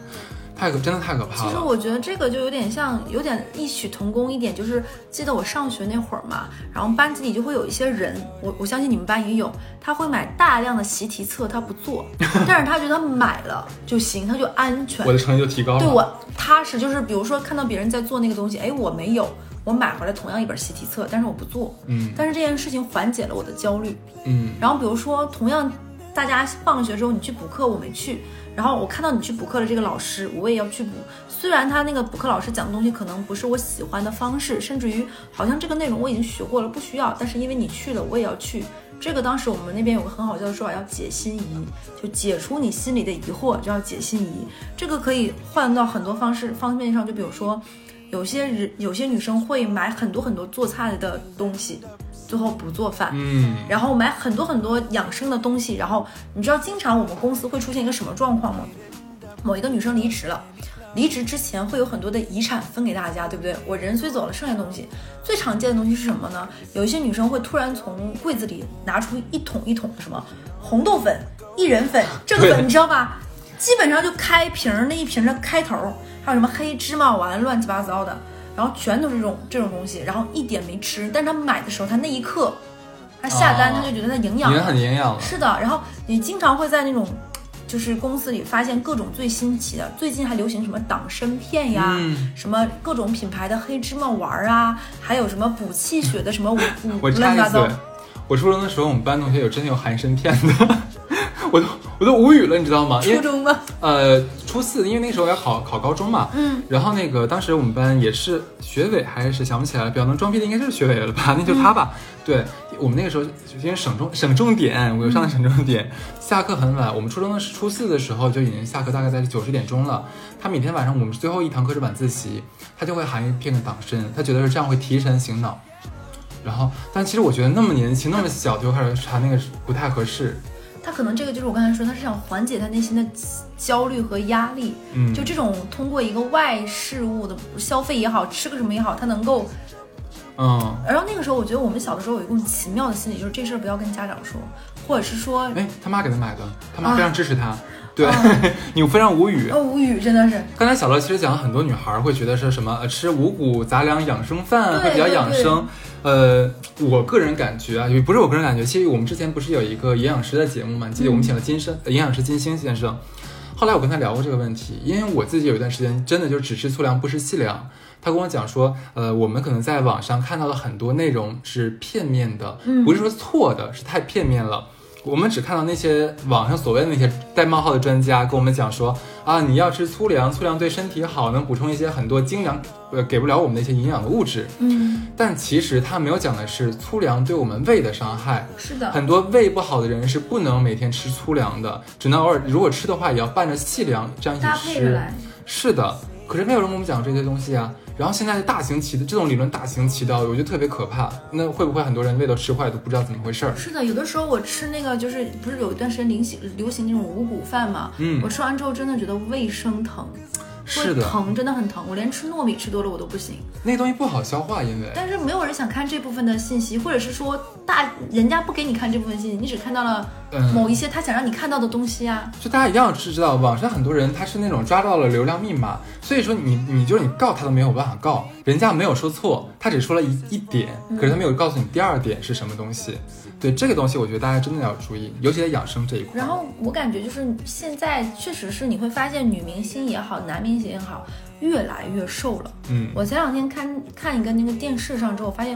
[SPEAKER 1] 太可真的太可怕
[SPEAKER 2] 其实
[SPEAKER 1] 了。
[SPEAKER 2] 我觉得这个就有点像，有点异曲同工一点，就是记得我上学那会儿嘛，然后班级里就会有一些人，我我相信你们班也有，他会买大量的习题册，他不 做，但是他觉得他买了就行，他就安全
[SPEAKER 1] 我。的成绩就提高了。
[SPEAKER 2] 对我踏实，就是比如说看到别人在做那个东西，哎，我没有，我买回来同样一本习题册，但是我不做，
[SPEAKER 1] 嗯
[SPEAKER 2] 但是这件事情缓解了我的焦虑。
[SPEAKER 1] 嗯，
[SPEAKER 2] 然后比如说，同样大家放学之后你去补课，我没去，然后我看到你去补课的这个老师，我也要去补。虽然他那个补课老师讲的东西可能不是我喜欢的方式，甚至于好像这个内容我已经学过了，不需要，但是因为你去了，我也要去。这个当时我们那边有个很好笑的说法，叫解心疑，就解除你心里的疑惑，就要解心疑。这个可以换到很多方式方面上，就比如说，有些人有些女生会买很多很多做菜的东西，最后不做饭。
[SPEAKER 1] 嗯，
[SPEAKER 2] 然后买很多很多养生的东西。然后你知道，经常我们公司会出现一个什么状况吗？某一个女生离职了，离职之前会有很多的遗产分给大家，对不对？我人虽走了，剩下的东西，最常见的东西是什么呢？有一些女生会突然从柜子里拿出一桶一桶的什么红豆粉、薏仁粉、这个
[SPEAKER 1] 对
[SPEAKER 2] 粉，你知道吧？基本上就开瓶儿那一瓶儿的开头，还有什么黑芝麻丸，乱七八糟的，然后全都是这种这种东西，然后一点没吃。但是他买的时候，他那一刻，他下单，
[SPEAKER 1] 哦
[SPEAKER 2] 他就觉得他营
[SPEAKER 1] 你
[SPEAKER 2] 养
[SPEAKER 1] 人很营养了。
[SPEAKER 2] 是的，然后你经常会在那种，就是公司里发现各种最新奇的，最近还流行什么党参片呀，
[SPEAKER 1] 嗯
[SPEAKER 2] 什么各种品牌的黑芝麻丸儿啊，还有什么补气血的什么五五
[SPEAKER 1] 我
[SPEAKER 2] 嗯
[SPEAKER 1] 插
[SPEAKER 2] 乱七八
[SPEAKER 1] 一
[SPEAKER 2] 糟
[SPEAKER 1] 嘴。，我初中的时候，我们班同学有真的有含参片的， 我都我都无语了，你知道吗？因
[SPEAKER 2] 初
[SPEAKER 1] 为
[SPEAKER 2] 中吗？
[SPEAKER 1] 呃初四，因为那时候要考考高中嘛，
[SPEAKER 2] 嗯，
[SPEAKER 1] 然后那个当时我们班也是学委还是想不起来了，比较能装逼的应该就是学委了吧？那就他吧。对我们那个时候因为省重省重点，我又上的省重点，下课很晚。我们初中的时初四的时候就已经下课，大概在九十点钟了。他每天晚上我们最后一堂课是晚自习，他就会含一片个党参，他觉得是这样会提神醒脑。然后，但其实我觉得那么年轻、那么小就开始查那个是不太合适。
[SPEAKER 2] 他可能这个就是我刚才说，他是想缓解他内心的焦虑和压力，
[SPEAKER 1] 嗯，
[SPEAKER 2] 就这种通过一个外事物的消费也好，吃个什么也好，他能够
[SPEAKER 1] 嗯，
[SPEAKER 2] 然后那个时候，我觉得我们小的时候有一种奇妙的心理，就是这事儿不要跟家长说，或者是说，
[SPEAKER 1] 哎，他妈给他买的，他
[SPEAKER 2] 啊
[SPEAKER 1] 妈非常支持他。对， 你非常无语。
[SPEAKER 2] 哦，无语，真的是。
[SPEAKER 1] 刚才小乐其实讲了很多女孩儿会觉得是什么呃吃五谷杂粮养生饭
[SPEAKER 2] 对
[SPEAKER 1] 会比较养
[SPEAKER 2] 对对
[SPEAKER 1] 生，呃，我个人感觉啊，也不是我个人感觉，其实我们之前不是有一个营养师的节目嘛，记
[SPEAKER 2] 嗯
[SPEAKER 1] 得我们请了金生、呃营养师金星先生，后来我跟他聊过这个问题，因为我自己有一段时间真的就只吃粗粮不吃细粮。他跟我讲说，呃，我们可能在网上看到的很多内容是片面的，
[SPEAKER 2] 嗯
[SPEAKER 1] 不是说错的，是太片面了。我们只看到那些网上所谓的那些带冒号的专家跟我们讲说啊，你要吃粗粮，粗粮对身体好，能补充一些很多精粮呃给不了我们的一些营养的物质。
[SPEAKER 2] 嗯，
[SPEAKER 1] 但其实他没有讲的是粗粮对我们胃的伤害，
[SPEAKER 2] 是的，
[SPEAKER 1] 很多胃不好的人是不能每天吃粗粮的，只能偶尔如果吃的话，也要伴着细粮这样一
[SPEAKER 2] 搭
[SPEAKER 1] 起
[SPEAKER 2] 配着
[SPEAKER 1] 吃。
[SPEAKER 2] 来。
[SPEAKER 1] 是的，可是没有人跟我们讲这些东西啊。然后现在大行其这种理论大行其道，我觉得特别可怕。那会不会很多人为了吃坏都不知道怎么回事儿？
[SPEAKER 2] 是的，有的时候我吃那个就是不是有一段时间流行流行那种五谷饭嘛？
[SPEAKER 1] 嗯
[SPEAKER 2] 我吃完之后真的觉得胃生疼，
[SPEAKER 1] 是
[SPEAKER 2] 会
[SPEAKER 1] 的，哎
[SPEAKER 2] 疼真的很疼，我连吃糯米吃多了我都不行。
[SPEAKER 1] 那东西不好消化，因为
[SPEAKER 2] 但是没有人想看这部分的信息，或者是说大人家不给你看这部分信息，你只看到了
[SPEAKER 1] 嗯
[SPEAKER 2] 某一些他想让你看到的东西啊。
[SPEAKER 1] 就大家一样是知道，网上很多人他是那种抓到了流量密码，所以说你你就是你告他都没有办法告，人家没有说错，他只说了一一点，
[SPEAKER 2] 嗯
[SPEAKER 1] 可是他没有告诉你第二点是什么东西。对这个东西，我觉得大家真的要注意，尤其在养生这一块。
[SPEAKER 2] 然后我感觉就是现在确实是你会发现女明星也好，男明星也好，越来越瘦了。
[SPEAKER 1] 嗯，
[SPEAKER 2] 我前两天看看一个那个电视上之后，我发现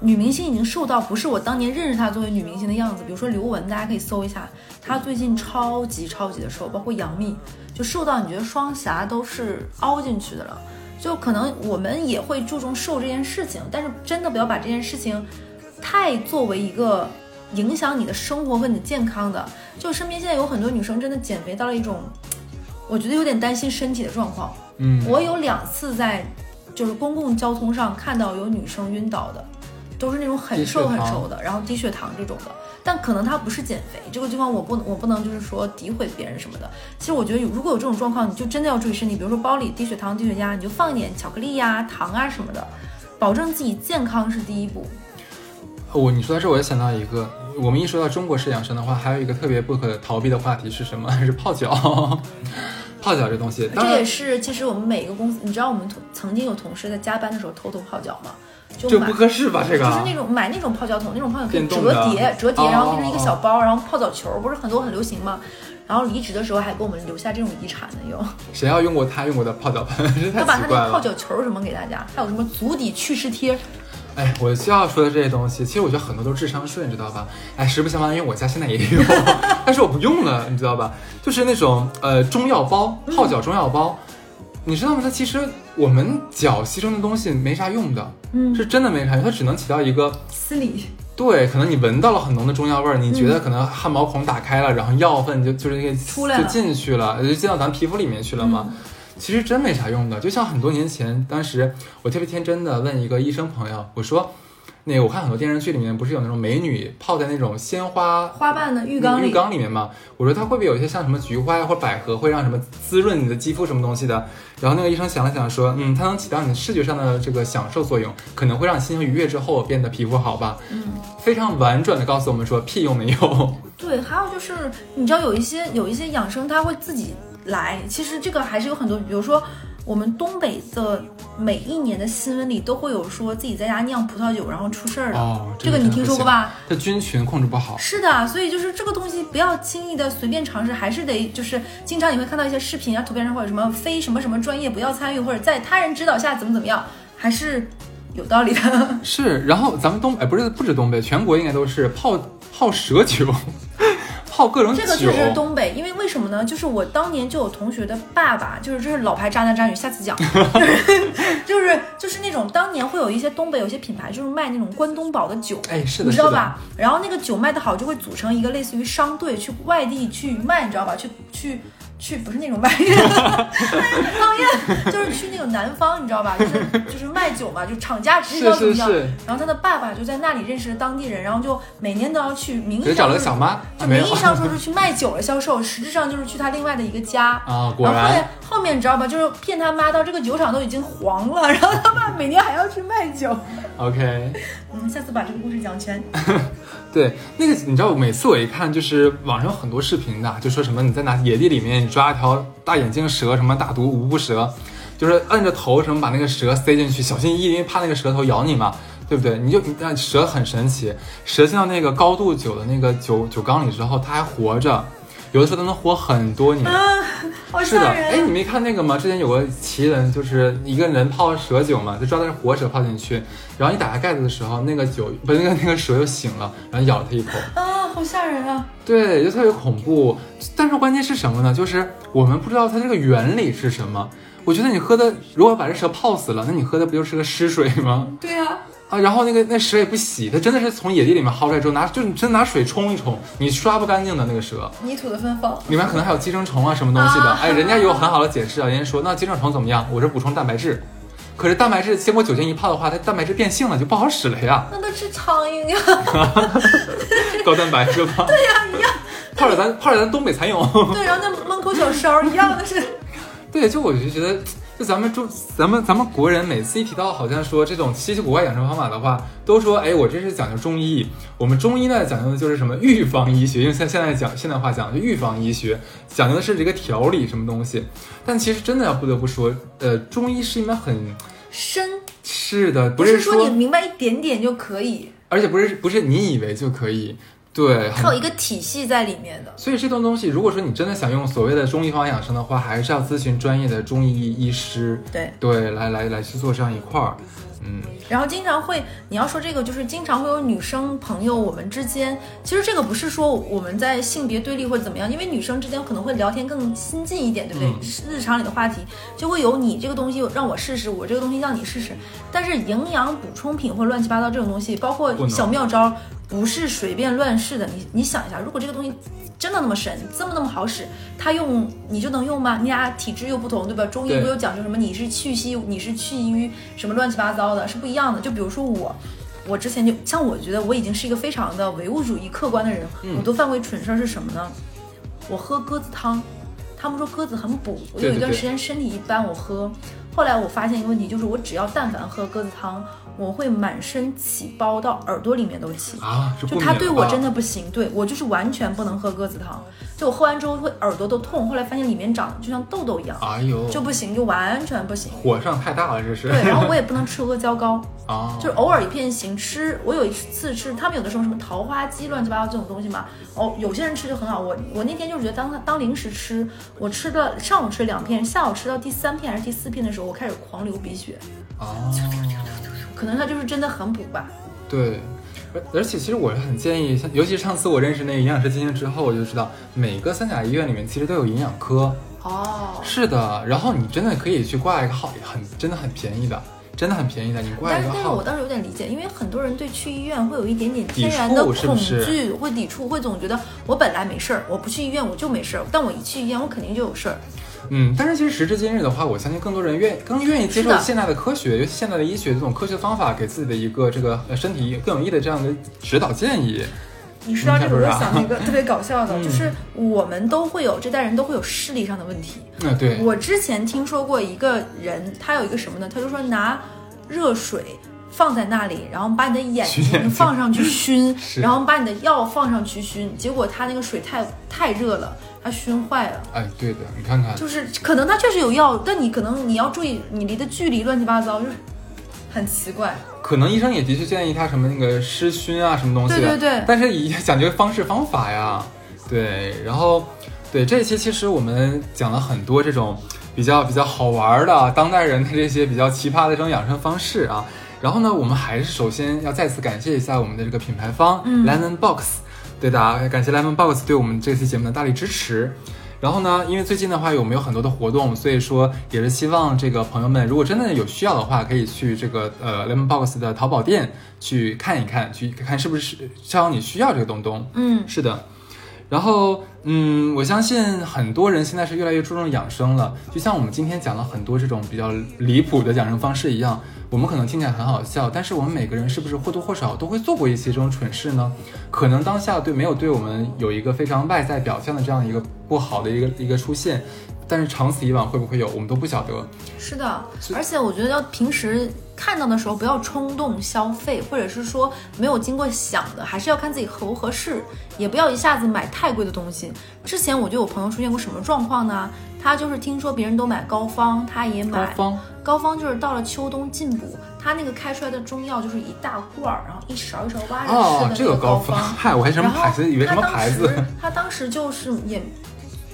[SPEAKER 2] 女明星已经瘦到不是我当年认识她作为女明星的样子。比如说刘雯，大家可以搜一下，她最近超级超级的瘦，包括杨幂，就瘦到你觉得双颊都是凹进去的了。就可能我们也会注重瘦这件事情，但是真的不要把这件事情太作为一个影响你的生活和你的健康的。就身边现在有很多女生真的减肥到了一种，我觉得有点担心身体的状况。
[SPEAKER 1] 嗯，
[SPEAKER 2] 我有两次在就是公共交通上看到有女生晕倒的，都是那种很瘦很瘦的，然后低血糖这种的。但可能她不是减肥，这个地方我不能我不能就是说诋毁别人什么的。其实我觉得有如果有这种状况，你就真的要注意身体，比如说包里低血糖、低血压，你就放一点巧克力呀、糖啊什么的，保证自己健康是第一步。
[SPEAKER 1] 哦我你说到这，我就想到一个，我们一说到中国式养生的话，还有一个特别不可逃避的话题是什么？ 是泡脚。泡脚这东西，当
[SPEAKER 2] 这也
[SPEAKER 1] 然
[SPEAKER 2] 是其实我们每一个公司，你知道我们同曾经有同事在加班的时候偷偷泡脚吗？就
[SPEAKER 1] 这
[SPEAKER 2] 买
[SPEAKER 1] 不合适吧？这个啊
[SPEAKER 2] 就是那种买那种泡脚桶，那种泡脚可以
[SPEAKER 1] 电动的
[SPEAKER 2] 折叠，折叠，
[SPEAKER 1] 哦
[SPEAKER 2] 然后变成一个小包，然后泡脚球，不是很多很流行吗？然后离职的时候还给我们留下这种遗产呢，又
[SPEAKER 1] 谁要用过他用过的泡脚盆？ 真
[SPEAKER 2] 他
[SPEAKER 1] 太
[SPEAKER 2] 把
[SPEAKER 1] 奇
[SPEAKER 2] 他那
[SPEAKER 1] 怪
[SPEAKER 2] 个泡
[SPEAKER 1] 了。
[SPEAKER 2] 脚球什么给大家，还有什么足底祛湿贴，
[SPEAKER 1] 哎，我需要说的这些东西，其实我觉得很多都是智商税，你知道吧？哎，实不相瞒，因为我家现在也有，但是我不用了，你知道吧？就是那种呃中药包，泡脚中药包，你知道吗？它其实我们脚吸收的东西没啥用的，
[SPEAKER 2] 嗯
[SPEAKER 1] 是真的没啥用，它只能起到一个
[SPEAKER 2] 私理，
[SPEAKER 1] 对，可能你闻到了很浓的中药味儿，你觉得可能汗毛孔打开了，然后药分就就是那个
[SPEAKER 2] 嗯出来了嗯
[SPEAKER 1] 就进去了，就进到咱皮肤里面去了嘛。其实真没啥用的，就像很多年前，当时我特别天真的问一个医生朋友，我说，那个我看很多电视剧里面不是有那种美女泡在那种鲜花
[SPEAKER 2] 花瓣的浴缸
[SPEAKER 1] 浴
[SPEAKER 2] 里，
[SPEAKER 1] 缸里面嘛，我说它会不会有一些像什么菊花呀或者百合会让什么滋润你的肌肤什么东西的？然后那个医生想了想说，嗯，它能起到你视觉上的这个享受作用，可能会让你心情愉悦之后变得皮肤好吧？嗯，非常婉转的告诉我们说屁用没有。
[SPEAKER 2] 对，还有就是你知道有一些有一些养生它会自己来，其实这个还是有很多，比如说我们东北的每一年的新闻里都会有说自己在家酿葡萄酒然后出事儿的，
[SPEAKER 1] 哦
[SPEAKER 2] 这个你听说过？吧？
[SPEAKER 1] 它菌群控制不好。
[SPEAKER 2] 是的，所以就是这个东西不要轻易的随便尝试，还是得就是经常你会看到一些视频啊、图片上或者什么非什么什么专业不要参与，或者在他人指导下怎么怎么样，还是有道理的。
[SPEAKER 1] 是，然后咱们东哎不是不止东北，全国应该都是泡泡蛇酒， 泡各种酒。
[SPEAKER 2] 这个确实是东北，因为为什么呢？就是我当年就有同学的爸爸，就是这是老牌渣男渣女，下次讲， 就是就是就是那种当年会有一些东北有些品牌就是卖那种关东宝的酒，
[SPEAKER 1] 哎是的，
[SPEAKER 2] 你知道
[SPEAKER 1] 是的
[SPEAKER 2] 吧？？然后那个酒卖的好，就会组成一个类似于商队去外地去卖，你知道吧？去去去，不是那种外地， 讨厌，就是去那种南方，你知道吧？就是就是卖酒嘛，就厂家直接
[SPEAKER 1] 是
[SPEAKER 2] 到怎么
[SPEAKER 1] 是
[SPEAKER 2] 样。
[SPEAKER 1] 是，
[SPEAKER 2] 然后他的爸爸就在那里认识了当地人，然后就每年都要去名义
[SPEAKER 1] 给
[SPEAKER 2] 上
[SPEAKER 1] 找了个
[SPEAKER 2] 是
[SPEAKER 1] 小妈，
[SPEAKER 2] 就
[SPEAKER 1] 啊没
[SPEAKER 2] 名
[SPEAKER 1] 有
[SPEAKER 2] 义上说是去卖酒了销售，实质上就是去他另外的一个家。
[SPEAKER 1] 啊，果
[SPEAKER 2] 然后后
[SPEAKER 1] 然
[SPEAKER 2] 面后面你知道吧，就是骗他妈到这个酒厂都已经黄了，然后他爸每年还要去卖酒。
[SPEAKER 1] OK。
[SPEAKER 2] 嗯，下次把这个故事讲全。
[SPEAKER 1] 对，那个你知道，每次我一看，就是网上有很多视频的，就说什么你在哪野地里面你抓一条大眼镜蛇，什么大毒无不蛇，就是摁着头什么把那个蛇塞进去，小心翼翼，因为怕那个蛇头咬你嘛，对不对？你就你看蛇很神奇，蛇进到那个高度酒的那个酒酒缸里之后，它还活着，有的时候它能活很多年。
[SPEAKER 2] 啊好
[SPEAKER 1] 是的，
[SPEAKER 2] 吓人。
[SPEAKER 1] 哎，你没看那个吗？之前有个奇人，就是一个人泡蛇酒嘛，就抓的是活蛇泡进去，然后你打开盖子的时候，那个酒不是那个那个蛇又醒了，然后咬了它一口。
[SPEAKER 2] 啊，好吓人啊！
[SPEAKER 1] 对，就特别恐怖。但是关键是什么呢？就是我们不知道它这个原理是什么。我觉得你喝的，如果把这蛇泡死了，那你喝的不就是个尸水吗？
[SPEAKER 2] 对啊，
[SPEAKER 1] 啊，然后那个那蛇也不洗，它真的是从野地里面薅出来之后拿，就是你真拿水冲一冲，你刷不干净的那个蛇，
[SPEAKER 2] 泥土的芬芳。
[SPEAKER 1] 里面可能还有寄生虫啊什么东西的。哎，人家也有很好的解释啊，人家说那寄生虫怎么样？我这补充蛋白质，可是蛋白质经过酒精一泡的话，它蛋白质变性了，就不好使了呀。
[SPEAKER 2] 那都吃苍蝇呀！
[SPEAKER 1] 高蛋白是吧？ 对呀、一样。泡点咱泡点咱东北蚕蛹。
[SPEAKER 2] 对，然后那焖口小烧一样的是，
[SPEAKER 1] 对，就我就觉得，就咱们中咱们咱们国人每次一提到好像说这种稀奇古怪养生方法的话，都说哎，我这是讲究中医。我们中医呢讲究的就是什么预防医学，因为现现在讲现代话讲就预防医学，讲究的是这个调理什么东西。但其实真的要不得不说，呃，中医是一门很
[SPEAKER 2] 深
[SPEAKER 1] 是的，不
[SPEAKER 2] 不
[SPEAKER 1] 是
[SPEAKER 2] 说你明白一点点就可以，
[SPEAKER 1] 而且不是不是你以为就可以，对，很
[SPEAKER 2] 它有一个体系在里面的。
[SPEAKER 1] 所以这种东西，如果说你真的想用所谓的中医方法养生的话，还是要咨询专业的中医医师，
[SPEAKER 2] 对，
[SPEAKER 1] 对，来来来去做这样一块儿，嗯，
[SPEAKER 2] 然后经常会，你要说这个，就是经常会有女生朋友，我们之间，其实这个不是说我们在性别对立或者怎么样，因为女生之间可能会聊天更亲近一点，对不对？
[SPEAKER 1] 嗯
[SPEAKER 2] 日常里的话题就会有你这个东西让我试试，我这个东西让你试试。但是营养补充品或乱七八糟这种东西，包
[SPEAKER 1] 不
[SPEAKER 2] 括
[SPEAKER 1] 能
[SPEAKER 2] 小妙招，不是随便乱试的。你你想一下，如果这个东西。真的那么神，这么那么好使，它用你就能用吗？你俩体质又不同，对吧？中医
[SPEAKER 1] 对
[SPEAKER 2] 不有讲究什么你是去湿，你是去瘀，什么乱七八糟的，是不一样的。就比如说我，我之前就像我觉得我已经是一个非常的唯物主义客观的人，我都犯过一蠢事儿是什么呢？我喝鸽子汤，他们说鸽子很补，我
[SPEAKER 1] 对
[SPEAKER 2] 有
[SPEAKER 1] 对
[SPEAKER 2] 一段
[SPEAKER 1] 对
[SPEAKER 2] 时间身体一般，我喝。后来我发现一个问题，就是我只要但凡喝鸽子汤，我会满身起包，到耳朵里面都起。
[SPEAKER 1] 啊，这
[SPEAKER 2] 就
[SPEAKER 1] 不
[SPEAKER 2] 他对我真
[SPEAKER 1] 的
[SPEAKER 2] 的不行，对我就是完全不能喝鸽子汤，就我喝完之后会耳朵都痛，后来发现里面长得就像痘痘一样，
[SPEAKER 1] 哎呦，
[SPEAKER 2] 就不行，就完全不行。
[SPEAKER 1] 火上太大了，这是
[SPEAKER 2] 对，然后我也不能吃阿胶糕，
[SPEAKER 1] 啊，
[SPEAKER 2] 就是偶尔一片行吃。我有一次吃，他们有的时候什么桃花鸡乱七八糟这种东西嘛，哦，有些人吃就很好。我我那天就是觉得当当零食吃，我吃的上午吃两片，下午吃到第三片还是第四片的时候，我开始狂流鼻血，
[SPEAKER 1] 啊，
[SPEAKER 2] 可能它就是真的很补吧。
[SPEAKER 1] 对。而而且其实我是很建议，像尤其是上次我认识那个营养师金星之后，我就知道每个三甲医院里面其实都有营养科，
[SPEAKER 2] 哦，
[SPEAKER 1] 是的。然后你真的可以去挂一个号，很真的很便宜的，真的很便宜的，你挂
[SPEAKER 2] 但
[SPEAKER 1] 一
[SPEAKER 2] 是
[SPEAKER 1] 个
[SPEAKER 2] 但是
[SPEAKER 1] 号
[SPEAKER 2] 我倒是有点理解，因为很多人对去医院会有一点点天然的
[SPEAKER 1] 抵触
[SPEAKER 2] 恐
[SPEAKER 1] 是不
[SPEAKER 2] 惧，
[SPEAKER 1] 是
[SPEAKER 2] 会抵触，会总觉得我本来没事儿，我不去医院我就没事儿，但我一去医院我肯定就有事儿。
[SPEAKER 1] 嗯，但是其实时至今日的话，我相信更多人愿更愿意接受
[SPEAKER 2] 是的
[SPEAKER 1] 现代的科学，尤其现代的医学这种科学方法，给自己的一个这个呃身体更有益的这样的指导建议。
[SPEAKER 2] 你说到这个，我
[SPEAKER 1] 你
[SPEAKER 2] 就
[SPEAKER 1] 看是吧
[SPEAKER 2] 想一个特别搞 笑
[SPEAKER 1] 啊
[SPEAKER 2] 的，
[SPEAKER 1] 嗯
[SPEAKER 2] 就是我们都会有这代人都会有视力上的问题。
[SPEAKER 1] 嗯，对，
[SPEAKER 2] 我之前听说过一个人，他有一个什么呢？他就说拿热水放在那里，然后把你的眼
[SPEAKER 1] 熏眼睛
[SPEAKER 2] 睛放上去 熏，
[SPEAKER 1] 是
[SPEAKER 2] 然后把你的药放上去熏，结果他那个水太太热了，他熏坏了。
[SPEAKER 1] 哎，对的，你看看，
[SPEAKER 2] 就是可能它确实有药，但你可能你要注意你离的距离乱七八糟，就是很奇怪。
[SPEAKER 1] 可能医生也的确建议他什么那个湿熏啊，什么东西的，
[SPEAKER 2] 对对对
[SPEAKER 1] 但是也讲究方式方法呀，对，然后对这一期其实我们讲了很多这种比较比较好玩的当代人的这些比较奇葩的这种养生方式啊，然后呢，我们还是首先要再次感谢一下我们的这个品牌方、Lemon
[SPEAKER 2] 嗯
[SPEAKER 1] Box，对的啊，感谢 Lemon Box 对我们这期节目的大力支持。然后呢，因为最近的话，我们有很多的活动，所以说也是希望这个朋友们，如果真的有需要的话，可以去这个呃 Lemon Box 的淘宝店去看一看，去看是不是像你需要这个东东。
[SPEAKER 2] 嗯，
[SPEAKER 1] 是的。然后，嗯，我相信很多人现在是越来越注重养生了，就像我们今天讲了很多这种比较离谱的养生方式一样，我们可能听起来很好笑，但是我们每个人是不是或多或少都会做过一些这种蠢事呢？可能当下对没有对我们有一个非常外在表象的这样一个不好的一个一个出现，但是长此以往会不会有，我们都不晓得。
[SPEAKER 2] 是的，而且我觉得要平时看到的时候不要冲动消费，或者是说没有经过想的，还是要看自己合不合适，也不要一下子买太贵的东西。之前我就有朋友出现过什么状况呢？他就是听说别人都买膏方，他也
[SPEAKER 1] 高
[SPEAKER 2] 买，
[SPEAKER 1] 方，
[SPEAKER 2] 膏方就是到了秋冬进补，它那个开出来的中药就是一大罐儿，然后一勺一勺挖着
[SPEAKER 1] 哦，
[SPEAKER 2] 吃
[SPEAKER 1] 这
[SPEAKER 2] 的
[SPEAKER 1] 个
[SPEAKER 2] 那个
[SPEAKER 1] 高
[SPEAKER 2] 膏
[SPEAKER 1] 方，
[SPEAKER 2] 方。
[SPEAKER 1] 嗨，我还什么
[SPEAKER 2] 然后
[SPEAKER 1] 牌子，以为什么牌子
[SPEAKER 2] 他当时他当时就是也，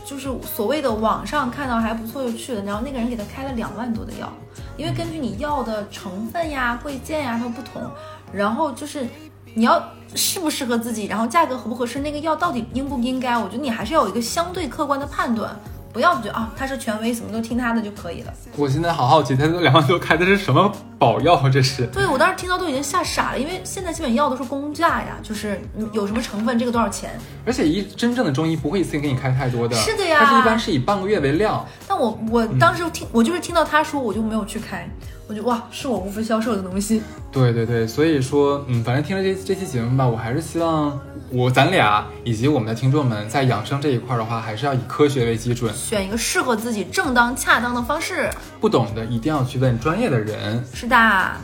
[SPEAKER 2] 就是所谓的网上看到还不错就去了，然后那个人给他开了两万多的药，因为根据你药的成分呀、贵贱呀它不同，然后就是你要适不适合自己，然后价格合不合适，那个药到底应不应该，我觉得你还是要有一个相对客观的判断。不要觉得啊他是权威，什么都听他的就可以了。
[SPEAKER 1] 我现在好好奇，他这两万多开的是什么宝药？这是
[SPEAKER 2] 对我当时听到都已经吓傻了，因为现在基本药都是公价呀，就是嗯有什么成分，这个多少钱。
[SPEAKER 1] 而且一真正的中医不会一次性给你开太多的，
[SPEAKER 2] 是的呀
[SPEAKER 1] 它是一般是以半个月为量。
[SPEAKER 2] 但我我当时听，我就是听到他说，我就没有去开，我就哇，是我无福消受的东西。
[SPEAKER 1] 对对对，所以说，嗯，反正听了这这期节目吧，我还是希望我咱俩以及我们的听众们在养生这一块儿的话，还是要以科学为基准，
[SPEAKER 2] 选一个适合自己、正当、恰当的方式。
[SPEAKER 1] 不懂的一定要去问专业的人。
[SPEAKER 2] 是的，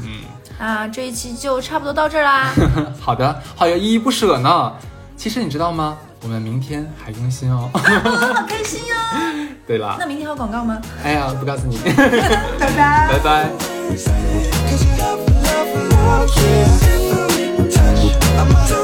[SPEAKER 1] 嗯，
[SPEAKER 2] 那这一期就差不多到这儿啦。
[SPEAKER 1] 好的，好有依依不舍呢。其实你知道吗？我们明天还更新哦。
[SPEAKER 2] 哇 好开心啊呀、
[SPEAKER 1] 对了
[SPEAKER 2] 那，明天还有广告吗？
[SPEAKER 1] 哎呀，不告诉 你，拜拜，拜拜。
[SPEAKER 4] Cause you have love, love, love, yeah. I'm in touch. I'm out of